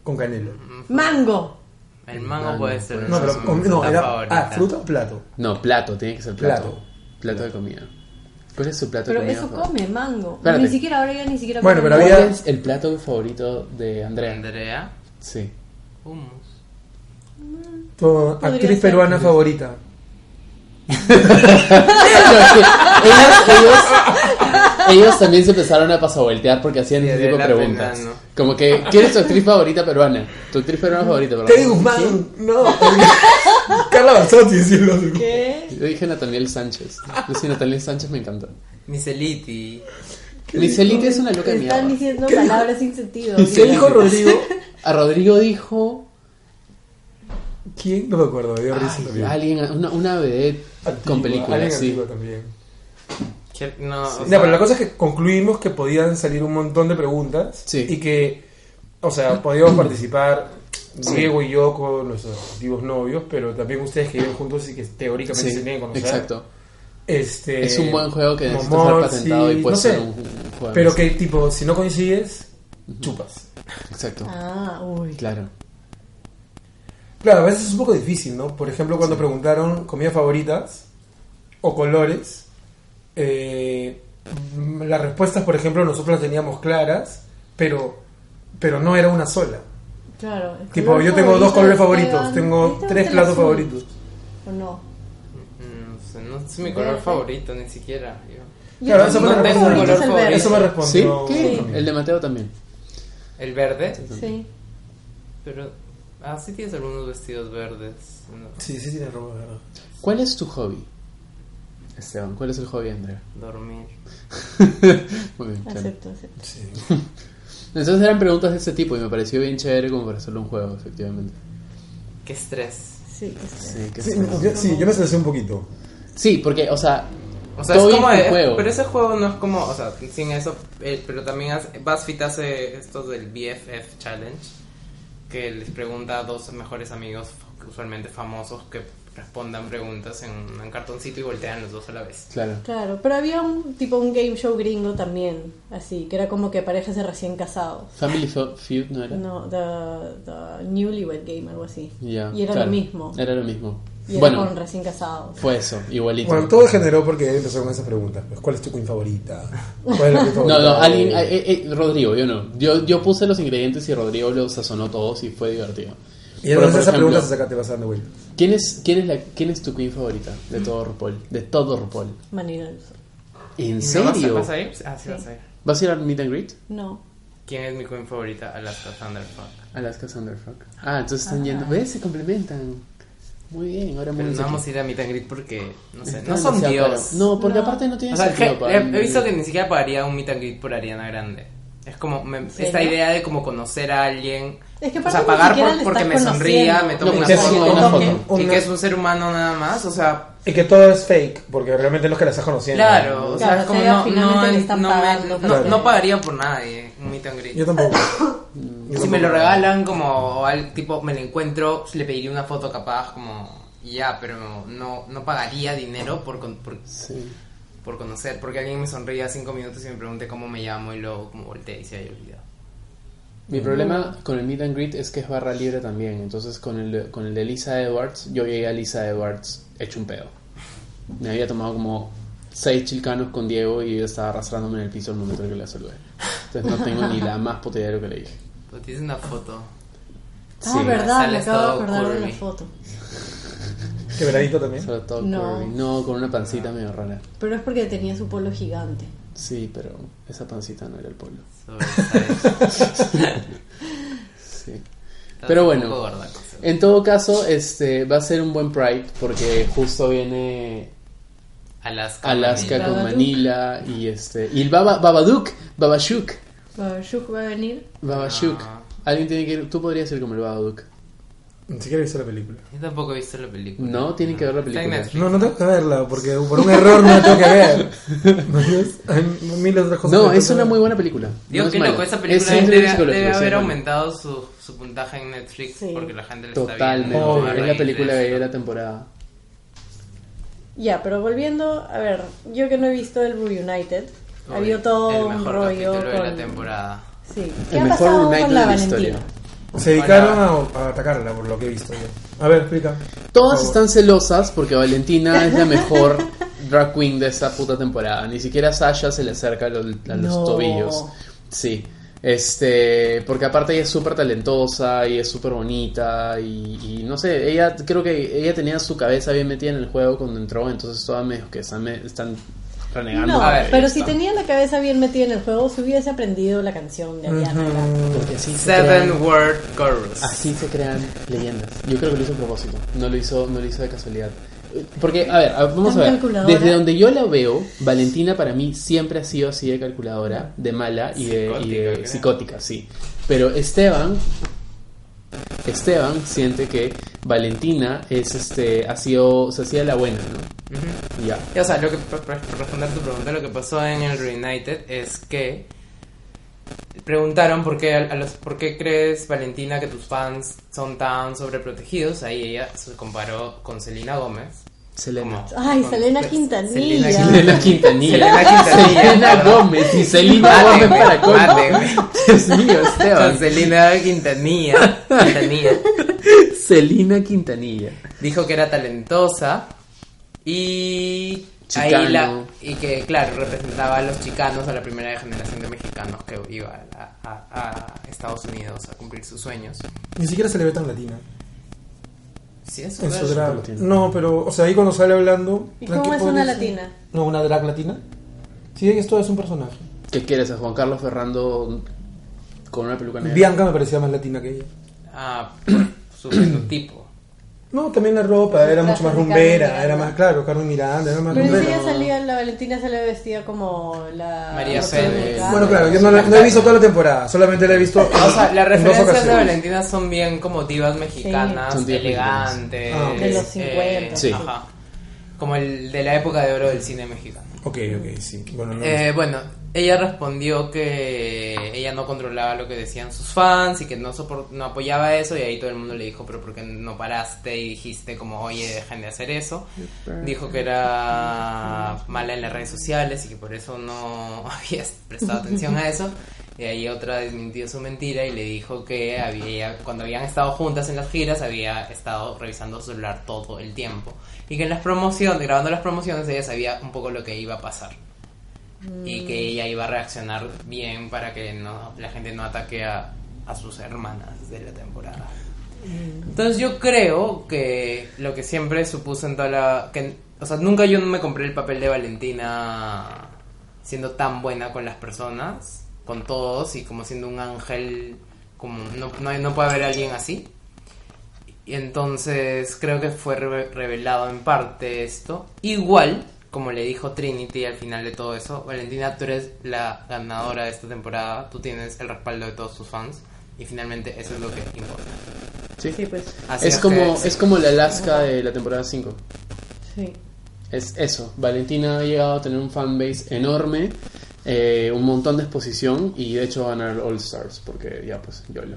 Speaker 2: con canela.
Speaker 4: Mango.
Speaker 1: El mango
Speaker 3: Mango,
Speaker 1: puede ser.
Speaker 2: No, pero
Speaker 1: su
Speaker 2: con- no,
Speaker 1: fruta
Speaker 2: era
Speaker 1: favorita.
Speaker 2: ah, fruta o plato.
Speaker 3: No, plato, tiene que ser plato.
Speaker 2: Plato.
Speaker 3: Plato, de comida. ¿Cuál es su plato
Speaker 4: Pero
Speaker 3: de comida?
Speaker 4: eso
Speaker 3: favorito?
Speaker 4: come mango.
Speaker 3: Espérate.
Speaker 4: Ni siquiera ahora ya ni siquiera
Speaker 2: Bueno,
Speaker 4: come
Speaker 2: pero
Speaker 4: mango.
Speaker 3: ¿Cuál
Speaker 2: había-
Speaker 3: es el plato favorito de Andrea?
Speaker 1: Andrea,
Speaker 3: Sí.
Speaker 1: hummus.
Speaker 2: Tu
Speaker 4: Podría ser.
Speaker 2: actriz peruana favorita.
Speaker 3: No, es que ellos, ellos, ellos también se empezaron a pasavoltear porque hacían
Speaker 1: Y
Speaker 3: ese
Speaker 1: de
Speaker 3: tipo
Speaker 1: la
Speaker 3: de preguntas.
Speaker 1: pena, ¿no?
Speaker 3: Como que, ¿quién es tu actriz favorita peruana? Tu actriz peruana favorita, ¿verdad?
Speaker 2: Teddy Guzmán, no. Carla Barzotti, sí, lo
Speaker 4: ¿Qué?
Speaker 3: Yo dije Nataniel Sánchez. Yo sí, Nataniel Sánchez me encantó.
Speaker 1: Miceliti.
Speaker 3: Micelita es una loca de
Speaker 4: Están
Speaker 3: mierda.
Speaker 4: diciendo palabras sin sentido.
Speaker 2: ¿Qué dijo Rodrigo?
Speaker 3: A Rodrigo dijo
Speaker 2: ¿Quién? No me acuerdo, dio risa también.
Speaker 3: alguien, una, una vedette
Speaker 2: Antigua,
Speaker 3: Ah, con películas,
Speaker 2: Ah, alguien
Speaker 3: sí.
Speaker 2: antigua también.
Speaker 1: Que- No, o
Speaker 2: No,
Speaker 1: sea,
Speaker 2: pero la cosa es que concluimos que podían salir un montón de preguntas
Speaker 3: Sí.
Speaker 2: y que, o sea, podíamos participar Diego y yo con nuestros antiguos novios, pero también ustedes que viven juntos y que teóricamente
Speaker 3: Sí,
Speaker 2: se tienen que conocer.
Speaker 3: exacto.
Speaker 2: Este,
Speaker 3: Es un buen juego que necesita
Speaker 2: Momor,
Speaker 3: ser patentado
Speaker 2: sí,
Speaker 3: y puesto
Speaker 2: no sé,
Speaker 3: en un, un juego.
Speaker 2: Pero que, tipo, si no coincides, chupas.
Speaker 3: Exacto.
Speaker 4: Ah, uy.
Speaker 3: Claro.
Speaker 2: Claro, a veces es un poco difícil, ¿no? Por ejemplo, cuando preguntaron comidas favoritas o colores, eh, mm, las respuestas, por ejemplo, nosotros las teníamos claras, pero, pero no era una sola.
Speaker 4: Claro. el
Speaker 2: Tipo,
Speaker 4: color
Speaker 2: yo tengo
Speaker 4: favorito eh,
Speaker 2: dos
Speaker 4: de
Speaker 2: colores favoritos,
Speaker 4: Esteban.
Speaker 2: tengo
Speaker 4: Esteban
Speaker 2: tres
Speaker 4: es
Speaker 2: platos
Speaker 4: azul,
Speaker 2: favoritos.
Speaker 4: ¿O no?
Speaker 1: No, sé, mm, no es mi color
Speaker 4: Verde.
Speaker 1: favorito, ni siquiera. yo.
Speaker 4: Yo
Speaker 2: Claro,
Speaker 4: creo
Speaker 2: eso
Speaker 4: que
Speaker 2: me,
Speaker 4: mi
Speaker 1: no tengo un
Speaker 2: respondió-
Speaker 4: favorito
Speaker 1: color
Speaker 4: es el
Speaker 1: favorito.
Speaker 4: verde.
Speaker 2: eso me
Speaker 3: ¿Sí?
Speaker 2: respondió.
Speaker 3: ¿Qué?
Speaker 2: Benjamín.
Speaker 3: El de Mateo también.
Speaker 1: El verde,
Speaker 4: Sí.
Speaker 1: pero. Ah, sí tienes algunos vestidos verdes. ¿no?
Speaker 2: Sí, sí tiene ropa, ¿verdad?
Speaker 3: ¿Cuál es tu hobby? Esteban, ¿cuál es el hobby de Andrea?
Speaker 1: Dormir.
Speaker 3: Muy bien, claro.
Speaker 4: Acepto, acepto.
Speaker 2: Sí.
Speaker 3: Entonces eran preguntas de ese tipo y me pareció bien chévere como para hacerlo un juego, efectivamente.
Speaker 1: Qué estrés.
Speaker 4: Sí, que sí.
Speaker 3: Sí, que
Speaker 2: Sí,
Speaker 3: sí.
Speaker 2: yo, sí, yo me estresé un poquito.
Speaker 3: Sí, porque, o sea,
Speaker 1: O sea,
Speaker 3: todo
Speaker 1: es
Speaker 3: bien
Speaker 1: como
Speaker 3: con
Speaker 1: de-
Speaker 3: juego.
Speaker 1: Pero ese juego no es como. O sea, sin eso. eh, pero también hace, BuzzFeed hace estos del BFF Challenge. Que les pregunta a dos mejores amigos, usualmente famosos, que respondan preguntas en un cartoncito y voltean los dos a la vez.
Speaker 3: Claro.
Speaker 4: Claro, pero había un tipo un game show gringo también, así, que era como que parejas de recién casados.
Speaker 3: Family Fe- Feud no era.
Speaker 4: No, the, the Newlywed Game, algo así.
Speaker 3: Ya,
Speaker 4: y era
Speaker 3: claro.
Speaker 4: lo mismo.
Speaker 2: Eh,
Speaker 3: Era lo mismo.
Speaker 4: Y era
Speaker 3: bueno,
Speaker 4: con recién casados.
Speaker 3: fue eso, igualito.
Speaker 2: Bueno, todo generó porque él empezó con esas preguntas. Pues, ¿Cuál es tu queen favorita? ¿Cuál es la queen
Speaker 3: No,
Speaker 2: favorita?
Speaker 3: no, alguien, eh, eh, eh, Rodrigo, yo no. Yo, yo puse los ingredientes y Rodrigo los sazonó todos y fue divertido.
Speaker 2: Y
Speaker 3: Pero,
Speaker 2: entonces
Speaker 3: por
Speaker 2: esa
Speaker 3: ejemplo,
Speaker 2: pregunta se saca, te vas dando vueltas.
Speaker 3: ¿quién es, quién, es la, ¿Quién es tu queen favorita
Speaker 4: Mm.
Speaker 3: de todo RuPaul? De todo RuPaul.
Speaker 4: Manila del Sur.
Speaker 3: ¿En
Speaker 1: ¿Y no vas a-
Speaker 3: serio?
Speaker 1: ¿Vas a ir? Ah, sí,
Speaker 4: Sí.
Speaker 1: vas a ir.
Speaker 3: ¿Vas a ir al meet and greet?
Speaker 4: No.
Speaker 1: ¿Quién es mi queen favorita? Alaska Thunderfuck.
Speaker 3: Alaska Thunderfuck. Ah, entonces están yendo. ¿Ves? Se complementan. Muy bien, ahora muy
Speaker 1: Pero no
Speaker 3: bien.
Speaker 1: vamos a ir a meet and greet porque, no sé,
Speaker 3: Está
Speaker 1: no son
Speaker 3: demasiado
Speaker 1: dios.
Speaker 3: caro. No, porque
Speaker 4: No.
Speaker 3: aparte no tiene
Speaker 1: O sea, que-
Speaker 3: sentido. para
Speaker 1: he, he
Speaker 3: mí.
Speaker 1: visto que ni siquiera pagaría un meet and greet por Ariana Grande. Es como me- esta
Speaker 4: serio?
Speaker 1: idea de como conocer a alguien.
Speaker 4: Es que
Speaker 1: o
Speaker 4: aparte
Speaker 1: sea,
Speaker 4: ni
Speaker 1: pagar
Speaker 4: siquiera
Speaker 1: por-
Speaker 4: le
Speaker 1: porque
Speaker 4: estás
Speaker 1: me sonría,
Speaker 4: conociendo.
Speaker 1: me toma
Speaker 3: No,
Speaker 1: una
Speaker 3: que
Speaker 1: foto,
Speaker 3: se toma una
Speaker 1: y
Speaker 3: foto.
Speaker 1: que- y
Speaker 2: Una-
Speaker 1: que es un ser humano nada más. O sea,
Speaker 2: Y que todo es fake, porque realmente no es que la estás conociendo.
Speaker 1: claro, o sea,
Speaker 4: Claro,
Speaker 1: es como
Speaker 4: o sea,
Speaker 1: no,
Speaker 4: finalmente
Speaker 1: no,
Speaker 4: le están
Speaker 1: no me-
Speaker 4: pagando
Speaker 1: no-
Speaker 4: para-
Speaker 1: no pagaría por nadie un meet and greet.
Speaker 2: Yo tampoco. Yo
Speaker 1: Si me lo
Speaker 2: tampoco-
Speaker 1: regalan, como al tipo, me lo encuentro, le pediría una foto capaz, como ya, pero no, no pagaría dinero por, con- por,
Speaker 3: Sí.
Speaker 1: por conocer, porque alguien me sonría cinco minutos y me pregunte cómo me llamo y luego como volteé y se haya olvidado. Mm.
Speaker 3: Mi problema con el meet and greet es que es barra libre también. Entonces, con el, de- con el de Lisa Edwards, yo llegué a Lisa Edwards hecho un pedo. Me había tomado como seis chilcanos con Diego y yo estaba arrastrándome en el piso al momento en que la saludé. Entonces, no tengo ni la más puta idea de lo que le dije.
Speaker 1: Pero Pues tienes una foto.
Speaker 4: Ah,
Speaker 3: Sí,
Speaker 4: verdad, me
Speaker 1: sales
Speaker 4: acabo de
Speaker 1: todo
Speaker 4: acordar de la
Speaker 1: curvy.
Speaker 4: foto.
Speaker 2: Quebradito también.
Speaker 3: Solo todo
Speaker 4: No.
Speaker 3: curvy. No, con una pancita medio rara.
Speaker 4: Pero es porque tenía su polo gigante.
Speaker 3: Sí, pero esa pancita no era el polo.
Speaker 1: sobre esta-
Speaker 3: Sí.
Speaker 1: esta
Speaker 3: Pero
Speaker 1: un
Speaker 3: bueno.
Speaker 1: poco gorda cosa.
Speaker 3: En todo caso, este va a ser un buen Pride porque justo viene
Speaker 1: Alaska.
Speaker 3: Alaska
Speaker 1: Manila.
Speaker 3: con
Speaker 4: Babadook.
Speaker 3: Manila y este y el Baba, Babadook, Babashuk,
Speaker 4: Ah, Shuk va a venir.
Speaker 3: Babashuk.
Speaker 1: No.
Speaker 3: Alguien tiene que ir, tú podrías ir como el Babadook.
Speaker 2: Ni siquiera he visto la película.
Speaker 1: Yo tampoco he visto la película.
Speaker 3: No, tienen que ver la
Speaker 1: Está en
Speaker 3: película.
Speaker 1: Netflix.
Speaker 2: No, no tengo que verla, porque por un error no la tengo que ver. ¿No ves? Hay miles de otras cosas.
Speaker 3: No,
Speaker 2: que
Speaker 3: es
Speaker 2: tengo
Speaker 3: una
Speaker 2: que
Speaker 3: muy
Speaker 2: ver.
Speaker 3: buena película.
Speaker 1: Digo
Speaker 3: no es
Speaker 1: que
Speaker 3: mala.
Speaker 1: loco, esa
Speaker 3: Es
Speaker 1: película
Speaker 3: simple
Speaker 1: debe,
Speaker 3: psicología,
Speaker 1: debe
Speaker 3: sí,
Speaker 1: haber
Speaker 3: es buena.
Speaker 1: aumentado su, su puntaje en Netflix
Speaker 4: Sí.
Speaker 1: porque la gente le
Speaker 3: Totalmente,
Speaker 1: está viendo.
Speaker 2: Obvio,
Speaker 1: a
Speaker 3: es la
Speaker 1: raíz
Speaker 3: película
Speaker 1: de
Speaker 3: de
Speaker 1: esto.
Speaker 3: la temporada.
Speaker 4: Ya, pero volviendo, a ver, yo que no he visto el Reunited, ha
Speaker 1: Obvio,
Speaker 4: habido todo
Speaker 1: El
Speaker 4: un
Speaker 1: mejor
Speaker 4: rollo
Speaker 1: capítulo de la
Speaker 4: con-
Speaker 1: temporada.
Speaker 4: Sí. ¿Qué
Speaker 3: El
Speaker 4: ha
Speaker 3: mejor
Speaker 4: pasado
Speaker 3: United
Speaker 4: con
Speaker 3: de
Speaker 4: la
Speaker 3: la
Speaker 4: Valentina?
Speaker 3: historia.
Speaker 2: Se dedicaron a, a atacarla, por lo que he visto yo. A ver, explica.
Speaker 3: Todas
Speaker 2: Por favor.
Speaker 3: están celosas porque Valentina es la mejor drag queen de esa puta temporada. Ni siquiera Sasha se le acerca a los, a los
Speaker 4: No.
Speaker 3: tobillos. Sí. Este, porque aparte ella es súper talentosa y es súper bonita y, y no sé, ella creo que ella tenía su cabeza bien metida en el juego cuando entró, entonces todas medio que están, me- están renegando.
Speaker 4: No,
Speaker 3: de ella,
Speaker 4: pero si
Speaker 3: está.
Speaker 4: tenía la cabeza bien metida en el juego, si hubiese aprendido la canción de Ariana Grande.
Speaker 3: Porque así se crean-
Speaker 1: Seven Word Chorus.
Speaker 3: Así se crean leyendas. Yo creo que lo hizo a propósito. No lo hizo, no lo hizo de casualidad. Porque, a ver, a- vamos
Speaker 4: Tan
Speaker 3: a ver.
Speaker 4: calculadora.
Speaker 3: Desde donde yo la veo, Valentina para mí siempre ha sido así de calculadora, de mala y de, y
Speaker 1: Psicótica, creo.
Speaker 3: de psicótica, sí. Pero Esteban, Esteban siente que Valentina es este, ha sido, se hacía la buena, ¿no?
Speaker 1: Ujú.
Speaker 3: Ya.
Speaker 1: Y, O sea, lo que, por, por- por responder tu pregunta, lo que pasó en el Reunited es que preguntaron por qué, a, a los, por qué crees, Valentina, que tus fans son tan sobreprotegidos. Ahí ella se comparó con Selena Gómez.
Speaker 3: Selena.
Speaker 1: Como-
Speaker 4: Ay,
Speaker 1: con-
Speaker 4: Selena
Speaker 1: pues,
Speaker 4: Quintanilla.
Speaker 1: Selena Quintanilla.
Speaker 3: Selena Quintanilla.
Speaker 1: Selena Quintanilla,
Speaker 3: Selena
Speaker 1: perdón.
Speaker 3: Gómez y Selena
Speaker 1: Mátenme,
Speaker 3: Gómez para colmo.
Speaker 1: mátenme.
Speaker 3: Dios mío,
Speaker 1: Con
Speaker 3: Esteban.
Speaker 1: Selena Quintanilla, Quintanilla.
Speaker 3: Selena Quintanilla.
Speaker 1: Dijo que era talentosa y
Speaker 3: Chicano.
Speaker 1: ahí la y que claro representaba a los chicanos a la primera generación de mexicanos que iba a, a- a Estados Unidos a cumplir sus sueños.
Speaker 2: Ni siquiera se le ve tan latina.
Speaker 1: Sí, eso
Speaker 2: En su
Speaker 1: es.
Speaker 2: drag.
Speaker 3: latina.
Speaker 2: No, pero, o sea, ahí cuando sale hablando.
Speaker 4: ¿Y cómo es
Speaker 2: tranqui-
Speaker 4: una
Speaker 2: podría-
Speaker 4: latina?
Speaker 2: No, una drag latina. Sí, esto es un personaje.
Speaker 3: ¿Qué quieres? ¿A Juan Carlos Ferrando con una peluca negra?
Speaker 2: Bianca me parecía más latina que ella.
Speaker 1: Ah, por su fenotipo.
Speaker 2: No, también la ropa, era
Speaker 4: traje
Speaker 2: mucho más
Speaker 4: de Carmen
Speaker 2: rumbera,
Speaker 4: Miranda.
Speaker 2: era más, claro, Carmen Miranda, era más
Speaker 4: Pero
Speaker 2: rumbera.
Speaker 4: ella salía, la Valentina salía vestida como la...
Speaker 1: María
Speaker 4: la
Speaker 1: Félix.
Speaker 4: dominicana.
Speaker 2: Bueno, claro, yo no, la- no he visto toda la temporada, solamente la he visto.
Speaker 1: O sea, las
Speaker 2: en dos
Speaker 1: referencias de
Speaker 2: ocasiones.
Speaker 1: Valentina son bien como divas mexicanas,
Speaker 3: Sí. Son divas
Speaker 1: elegantes,
Speaker 2: mexicanas. Ah, ok.
Speaker 4: De los
Speaker 1: eh,
Speaker 4: 50.
Speaker 3: Sí.
Speaker 1: ajá. Como el de la época de oro del cine mexicano.
Speaker 2: Ok, ok, sí. Bueno, no,
Speaker 1: Eh, bueno, ella respondió que ella no controlaba lo que decían sus fans y que no, sopor- no apoyaba eso y ahí todo el mundo le dijo, pero ¿por qué no paraste y dijiste como, oye, dejen de hacer eso? Dijo que era mala en las redes sociales y que por eso no había prestado atención a eso. Y ahí otra desmintió su mentira y le dijo que había, cuando habían estado juntas en las giras había estado revisando su celular todo el tiempo. Y que en las promociones, grabando las promociones, ella sabía un poco lo que iba a pasar y que ella iba a reaccionar bien para que no, la gente no ataque a, a sus hermanas de la temporada. Entonces yo creo que lo que siempre supuso en toda la... Que, o sea, nunca yo me compré el papel de Valentina siendo tan buena con las personas, con todos y como siendo un ángel, como no, no, hay- no puede haber alguien así. Y entonces creo que fue re- revelado en parte esto. Igual, como le dijo Trinity al final de todo eso, Valentina, tú eres la ganadora de esta temporada, tú tienes el respaldo de todos tus fans y finalmente eso es lo que importa.
Speaker 3: Sí.
Speaker 4: Sí, pues,
Speaker 1: Así
Speaker 3: Es como,
Speaker 1: que-
Speaker 3: es como la Alaska de la temporada 5.
Speaker 4: sí.
Speaker 3: Es eso. Valentina ha llegado a tener un fanbase enorme. eh, un montón de exposición y de hecho van a ganar All Stars porque ya pues yo lo.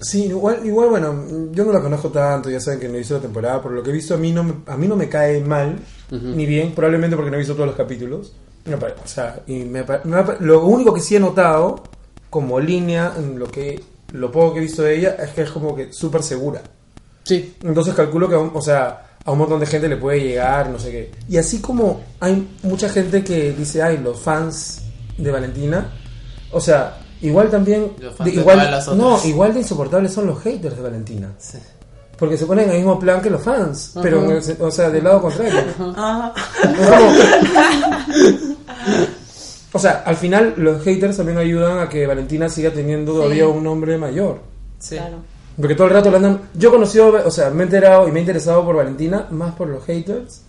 Speaker 2: Sí, igual, igual, bueno, yo no la conozco tanto, ya saben que no hice la temporada, por lo que he visto a mí no me, a mí no me cae mal, ni bien, probablemente porque no he visto todos los capítulos. Me pare- o sea, y me pare- me pare- lo único que sí he notado como línea, en lo que lo poco que he visto de ella, es que es como que súper segura.
Speaker 3: Sí,
Speaker 2: Entonces calculo que, a un- o sea, a un montón de gente le puede llegar, no sé qué. Y así como hay mucha gente que dice, ay, los fans de Valentina, o sea, igual también,
Speaker 1: Los fans
Speaker 2: de-
Speaker 1: de
Speaker 2: igual,
Speaker 1: todas las
Speaker 2: no,
Speaker 1: otras.
Speaker 2: igual de insoportables son los haters de Valentina. Porque se ponen en el mismo plan que los fans, pero, en el- o sea, del lado contrario. Es como- o sea, al final los haters también ayudan a que Valentina siga teniendo todavía un nombre mayor.
Speaker 1: Sí.
Speaker 4: Claro.
Speaker 2: Porque todo el rato la andan. Yo he conocido, o sea, me he enterado y me he interesado por Valentina más por los haters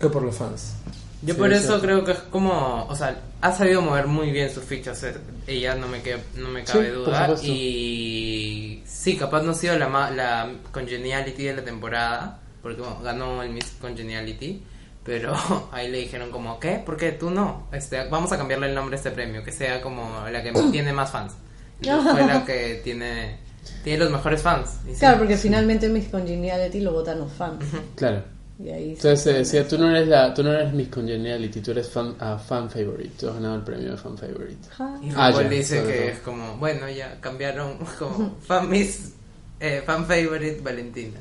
Speaker 2: que por los fans.
Speaker 1: Yo
Speaker 3: Sí,
Speaker 1: por
Speaker 3: es
Speaker 1: eso
Speaker 3: cierto.
Speaker 1: creo que es como, o sea, ha sabido mover muy bien sus fichas, eh, ella no me, que, no me cabe
Speaker 3: Sí, por
Speaker 1: duda.
Speaker 3: supuesto.
Speaker 1: Y sí, capaz no ha sido la, ma- la congeniality de la temporada, porque bueno, ganó el Miss Congeniality, pero ahí le dijeron como, ¿qué? ¿Por qué tú no? Este, vamos a cambiarle el nombre a este premio, que sea como la que tiene más fans. Entonces fue la que tiene, tiene los mejores fans. Y sí.
Speaker 4: Claro, porque finalmente Miss Congeniality lo votan los fans.
Speaker 3: claro.
Speaker 4: Y ahí
Speaker 3: Entonces eh, decía, tú no eres la, tú no eres Miss Congeniality, tú eres fan, ah, fan favorite, tú has ganado el premio de fan favorite.
Speaker 4: Ja.
Speaker 1: Y
Speaker 3: Ah,
Speaker 1: RuPaul
Speaker 3: ya,
Speaker 1: dice
Speaker 3: sobre
Speaker 1: que
Speaker 3: todo.
Speaker 1: es como, bueno, ya cambiaron como fan miss, eh, fan favorite Valentina.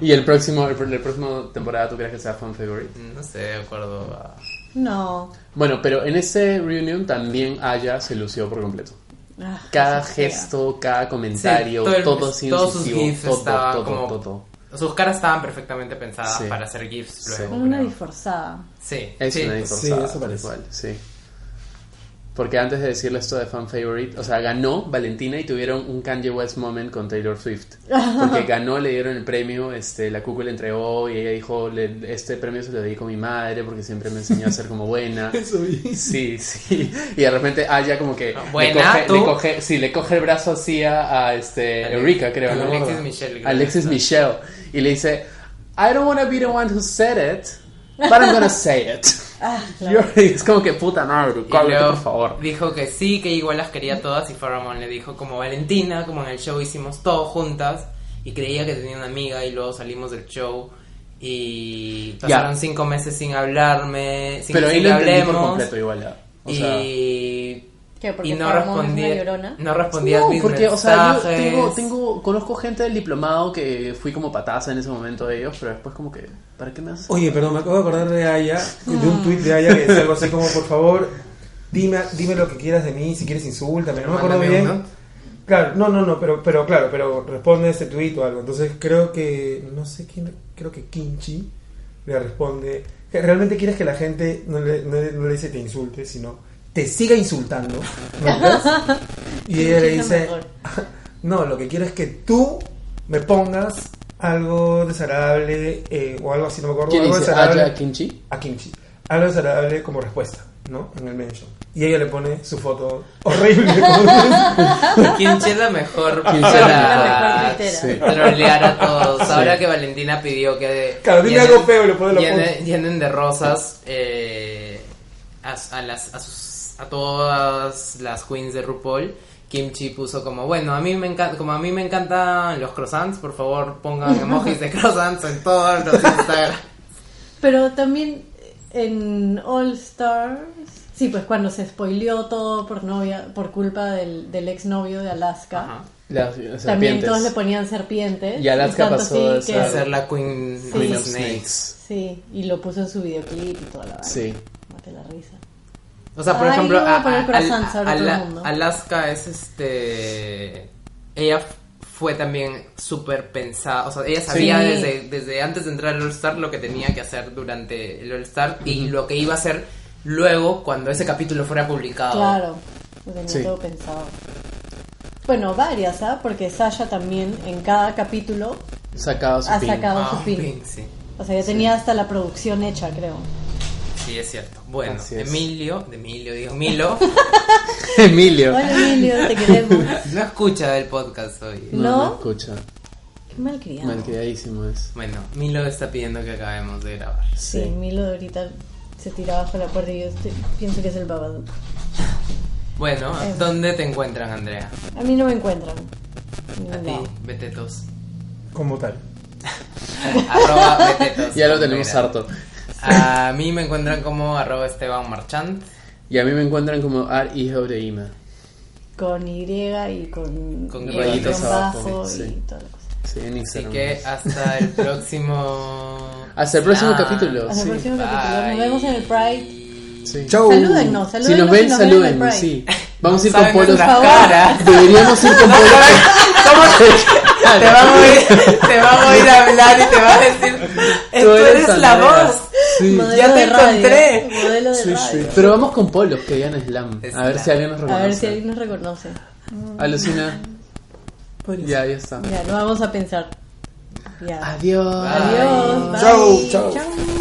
Speaker 3: y el próximo, el, el próximo temporada, ¿tú crees que sea fan favorite?
Speaker 1: No sé, de acuerdo a...
Speaker 4: No.
Speaker 3: Bueno, pero en ese reunion también Aya se lució por completo.
Speaker 4: Ah,
Speaker 3: Cada
Speaker 4: esa fea.
Speaker 3: gesto, cada comentario,
Speaker 1: Sí, todo el-
Speaker 3: todo, sin
Speaker 1: todos sus
Speaker 3: incisivo,
Speaker 1: gifs
Speaker 3: todo,
Speaker 1: estaban
Speaker 3: todo,
Speaker 1: como-
Speaker 3: todo.
Speaker 1: Sus caras estaban perfectamente pensadas
Speaker 3: Sí.
Speaker 1: para hacer gifs
Speaker 3: Sí.
Speaker 1: luego.
Speaker 4: Con una
Speaker 1: creo.
Speaker 4: disforzada.
Speaker 1: Sí,
Speaker 3: Es
Speaker 1: sí.
Speaker 3: una
Speaker 2: Sí,
Speaker 3: disforzada,
Speaker 2: eso parece.
Speaker 3: tal cual, sí. Porque antes de decirle esto de fan favorite, o sea, ganó Valentina y tuvieron un Kanye West moment con Taylor Swift. Porque ganó, le dieron el premio, este, la Cucu le entregó y ella dijo, "Le- este premio se lo dedico a mi madre porque siempre me enseñó a ser como buena. Sí, sí. Y de repente Aya como que le,
Speaker 1: Buena,
Speaker 3: coge,
Speaker 1: tú.
Speaker 3: le coge- sí, le coge el brazo así a, a, este
Speaker 1: Ale-
Speaker 3: Eureka, creo, ¿no?
Speaker 1: Alexis
Speaker 3: Gorda.
Speaker 1: Michelle, creo que
Speaker 3: Alexis
Speaker 1: está.
Speaker 3: Michelle. Y le dice, I don't wanna be the one who said it, but I'm gonna say it.
Speaker 4: Ah,
Speaker 3: Yo-
Speaker 4: claro.
Speaker 3: es como que puta no, bro,
Speaker 1: Y
Speaker 3: cóbrate,
Speaker 1: luego
Speaker 3: por favor.
Speaker 1: Dijo que sí, que igual las quería todas y Faramon le dijo como Valentina, como en el show hicimos todo juntas y creía que tenía una amiga y luego salimos del show y pasaron cinco meses sin hablarme, sin
Speaker 3: Pero
Speaker 1: que
Speaker 3: ahí
Speaker 1: le
Speaker 3: lo entendí
Speaker 1: hablemos
Speaker 3: por completo igual ya. O sea,
Speaker 1: y,
Speaker 4: ¿Qué? Porque
Speaker 1: y no
Speaker 4: Faramón es una
Speaker 1: respondía,
Speaker 4: llorona.
Speaker 1: no respondía a mis
Speaker 3: porque, o sea, yo
Speaker 1: mensajes.
Speaker 3: tengo, tengo, conozco gente del diplomado que fui como pataza en ese momento de ellos, pero después como que, ¿para qué me haces?
Speaker 2: Oye, perdón, me acabo de acordar de Aya, de un tuit de Aya que decía algo así como, por favor, dime, dime lo que quieras de mí, si quieres insultame, no me acuerdo
Speaker 1: Mándame
Speaker 2: bien.
Speaker 1: uno.
Speaker 2: Claro, no, no, no, pero, pero claro, pero responde ese tuit o algo. Entonces creo que, no sé quién, creo que Kinchi le responde, que realmente quieres que la gente no le, no le- no le dice te insulte, sino te siga insultando. ¿no ves? y ella le
Speaker 4: Muchísimo
Speaker 2: dice,
Speaker 4: mejor.
Speaker 2: no, lo que quiero es que tú me pongas algo desagradable eh, o algo así, no me acuerdo.
Speaker 3: ¿Quién
Speaker 2: algo
Speaker 3: dice? ah,
Speaker 2: desagradable
Speaker 3: Aya Kimchi.
Speaker 2: a Kimchi. Algo desagradable como respuesta, ¿no? En el mention. Y ella le pone su foto horrible.
Speaker 1: Kimchi es la mejor
Speaker 3: Kimchi es
Speaker 4: la
Speaker 1: para
Speaker 4: mejor tuitera.
Speaker 1: trolear a todos. Ahora que Valentina pidió que
Speaker 2: Claro, dime
Speaker 1: llenen-
Speaker 2: algo feo y lo pone en la
Speaker 1: llenen-
Speaker 2: foto.
Speaker 1: llenen de rosas eh, a, a las, a, sus- a todas las queens de RuPaul. Kimchi puso como, bueno, a mí me encanta, como a mí me encantan los croissants, por favor pongan emojis de croissants en todos los Instagram.
Speaker 4: Pero también en All Stars, sí, pues cuando se spoileó todo por novia, por culpa del, del exnovio de Alaska,
Speaker 1: Ajá.
Speaker 3: Las
Speaker 4: también
Speaker 3: serpientes.
Speaker 4: todos le ponían serpientes.
Speaker 3: Y Alaska
Speaker 4: tanto
Speaker 3: pasó
Speaker 4: así
Speaker 3: a
Speaker 4: que-
Speaker 1: Ser la queen,
Speaker 4: Sí.
Speaker 1: queen of
Speaker 3: Los
Speaker 1: snakes.
Speaker 3: snakes.
Speaker 4: Sí, y lo puso en su videoclip y toda la vaina.
Speaker 3: Sí.
Speaker 4: Mate la risa.
Speaker 1: O sea, por
Speaker 4: Ay,
Speaker 1: ejemplo,
Speaker 4: yo voy a
Speaker 1: a-
Speaker 4: poner
Speaker 1: a-
Speaker 4: croissants
Speaker 1: a-
Speaker 4: ahora todo el
Speaker 1: Ala-
Speaker 4: mundo.
Speaker 1: Alaska es este. Ella f- fue también súper pensada. O sea, ella sabía
Speaker 4: Sí.
Speaker 1: desde, desde antes de entrar al All-Star lo que tenía que hacer durante el All-Star y lo que iba a hacer luego cuando ese capítulo fuera publicado.
Speaker 4: Claro, pues lo tenía
Speaker 3: Ah, oh. Sí.
Speaker 4: todo pensado. Bueno, varias, ¿ah? Porque Sasha también en cada capítulo
Speaker 3: Sacaba su
Speaker 4: ha
Speaker 3: pin.
Speaker 4: sacado
Speaker 1: Ah,
Speaker 4: su pin.
Speaker 1: pin, sí.
Speaker 4: O sea, ya tenía hasta la producción hecha, creo.
Speaker 1: Sí, es cierto. Bueno,
Speaker 3: Así es.
Speaker 1: Emilio, de Emilio, digo, Milo,
Speaker 3: Emilio.
Speaker 4: Hola Emilio, te queremos.
Speaker 1: no escucha el podcast hoy.
Speaker 3: No, no
Speaker 4: ¿No?
Speaker 3: escucha.
Speaker 4: Qué malcriado.
Speaker 3: Malcriadísimo es.
Speaker 1: Bueno, Milo está pidiendo que acabemos de grabar.
Speaker 4: Sí, Milo de ahorita se tiraba bajo la puerta y yo estoy- pienso que es el Babadook.
Speaker 1: Bueno,
Speaker 4: Eh.
Speaker 1: ¿dónde te encuentran, Andrea?
Speaker 4: A mí no me encuentran.
Speaker 1: A ti,
Speaker 4: No.
Speaker 1: Betetos.
Speaker 2: como tal.
Speaker 1: arroba Betetos.
Speaker 3: Ya lo tenemos
Speaker 1: Mira.
Speaker 3: harto.
Speaker 1: A mí me encuentran como arroba Esteban Marchand.
Speaker 3: Y a mí me encuentran como Ar hijo de Ima.
Speaker 4: Con Y y con,
Speaker 1: Con
Speaker 4: y
Speaker 1: rayitos
Speaker 4: guión
Speaker 3: abajo,
Speaker 4: bajo
Speaker 3: sí.
Speaker 4: y toda la cosa.
Speaker 3: Sí, en
Speaker 1: Así
Speaker 3: Instagram.
Speaker 1: que hasta el próximo. Ah,
Speaker 3: Hasta el próximo capítulo.
Speaker 4: Hasta el
Speaker 3: Sí.
Speaker 4: próximo capítulo. Nos vemos en el Pride.
Speaker 3: Sí.
Speaker 2: Chau.
Speaker 4: Salúdennos,
Speaker 3: Si
Speaker 4: salúdennos.
Speaker 3: nos ven,
Speaker 4: en el
Speaker 3: saluden.
Speaker 4: Pride.
Speaker 3: Sí. Vamos a ir con
Speaker 1: Saben
Speaker 3: polos.
Speaker 1: nuestras
Speaker 4: Por favor.
Speaker 1: caras.
Speaker 3: Deberíamos ir con polos.
Speaker 1: Te vamos, a ir, te vamos a ir a hablar y te va a decir: Tú eres, la
Speaker 3: Andrea".
Speaker 1: voz.
Speaker 3: Sí.
Speaker 4: Modelo
Speaker 1: Ya te
Speaker 4: de radio,
Speaker 1: encontré.
Speaker 4: Modelo de
Speaker 2: Sí,
Speaker 4: radio.
Speaker 2: sí.
Speaker 3: Pero vamos con polos que digan slam.
Speaker 1: Es
Speaker 3: A ver
Speaker 1: slam.
Speaker 3: si alguien nos
Speaker 4: A
Speaker 3: reconoce.
Speaker 4: ver si alguien nos reconoce.
Speaker 3: Alucina. Ya, ya está.
Speaker 4: Ya, lo vamos a pensar. Ya.
Speaker 3: Adiós.
Speaker 4: Adiós.
Speaker 2: Chau,
Speaker 4: Bye.
Speaker 2: chau.
Speaker 4: Chau.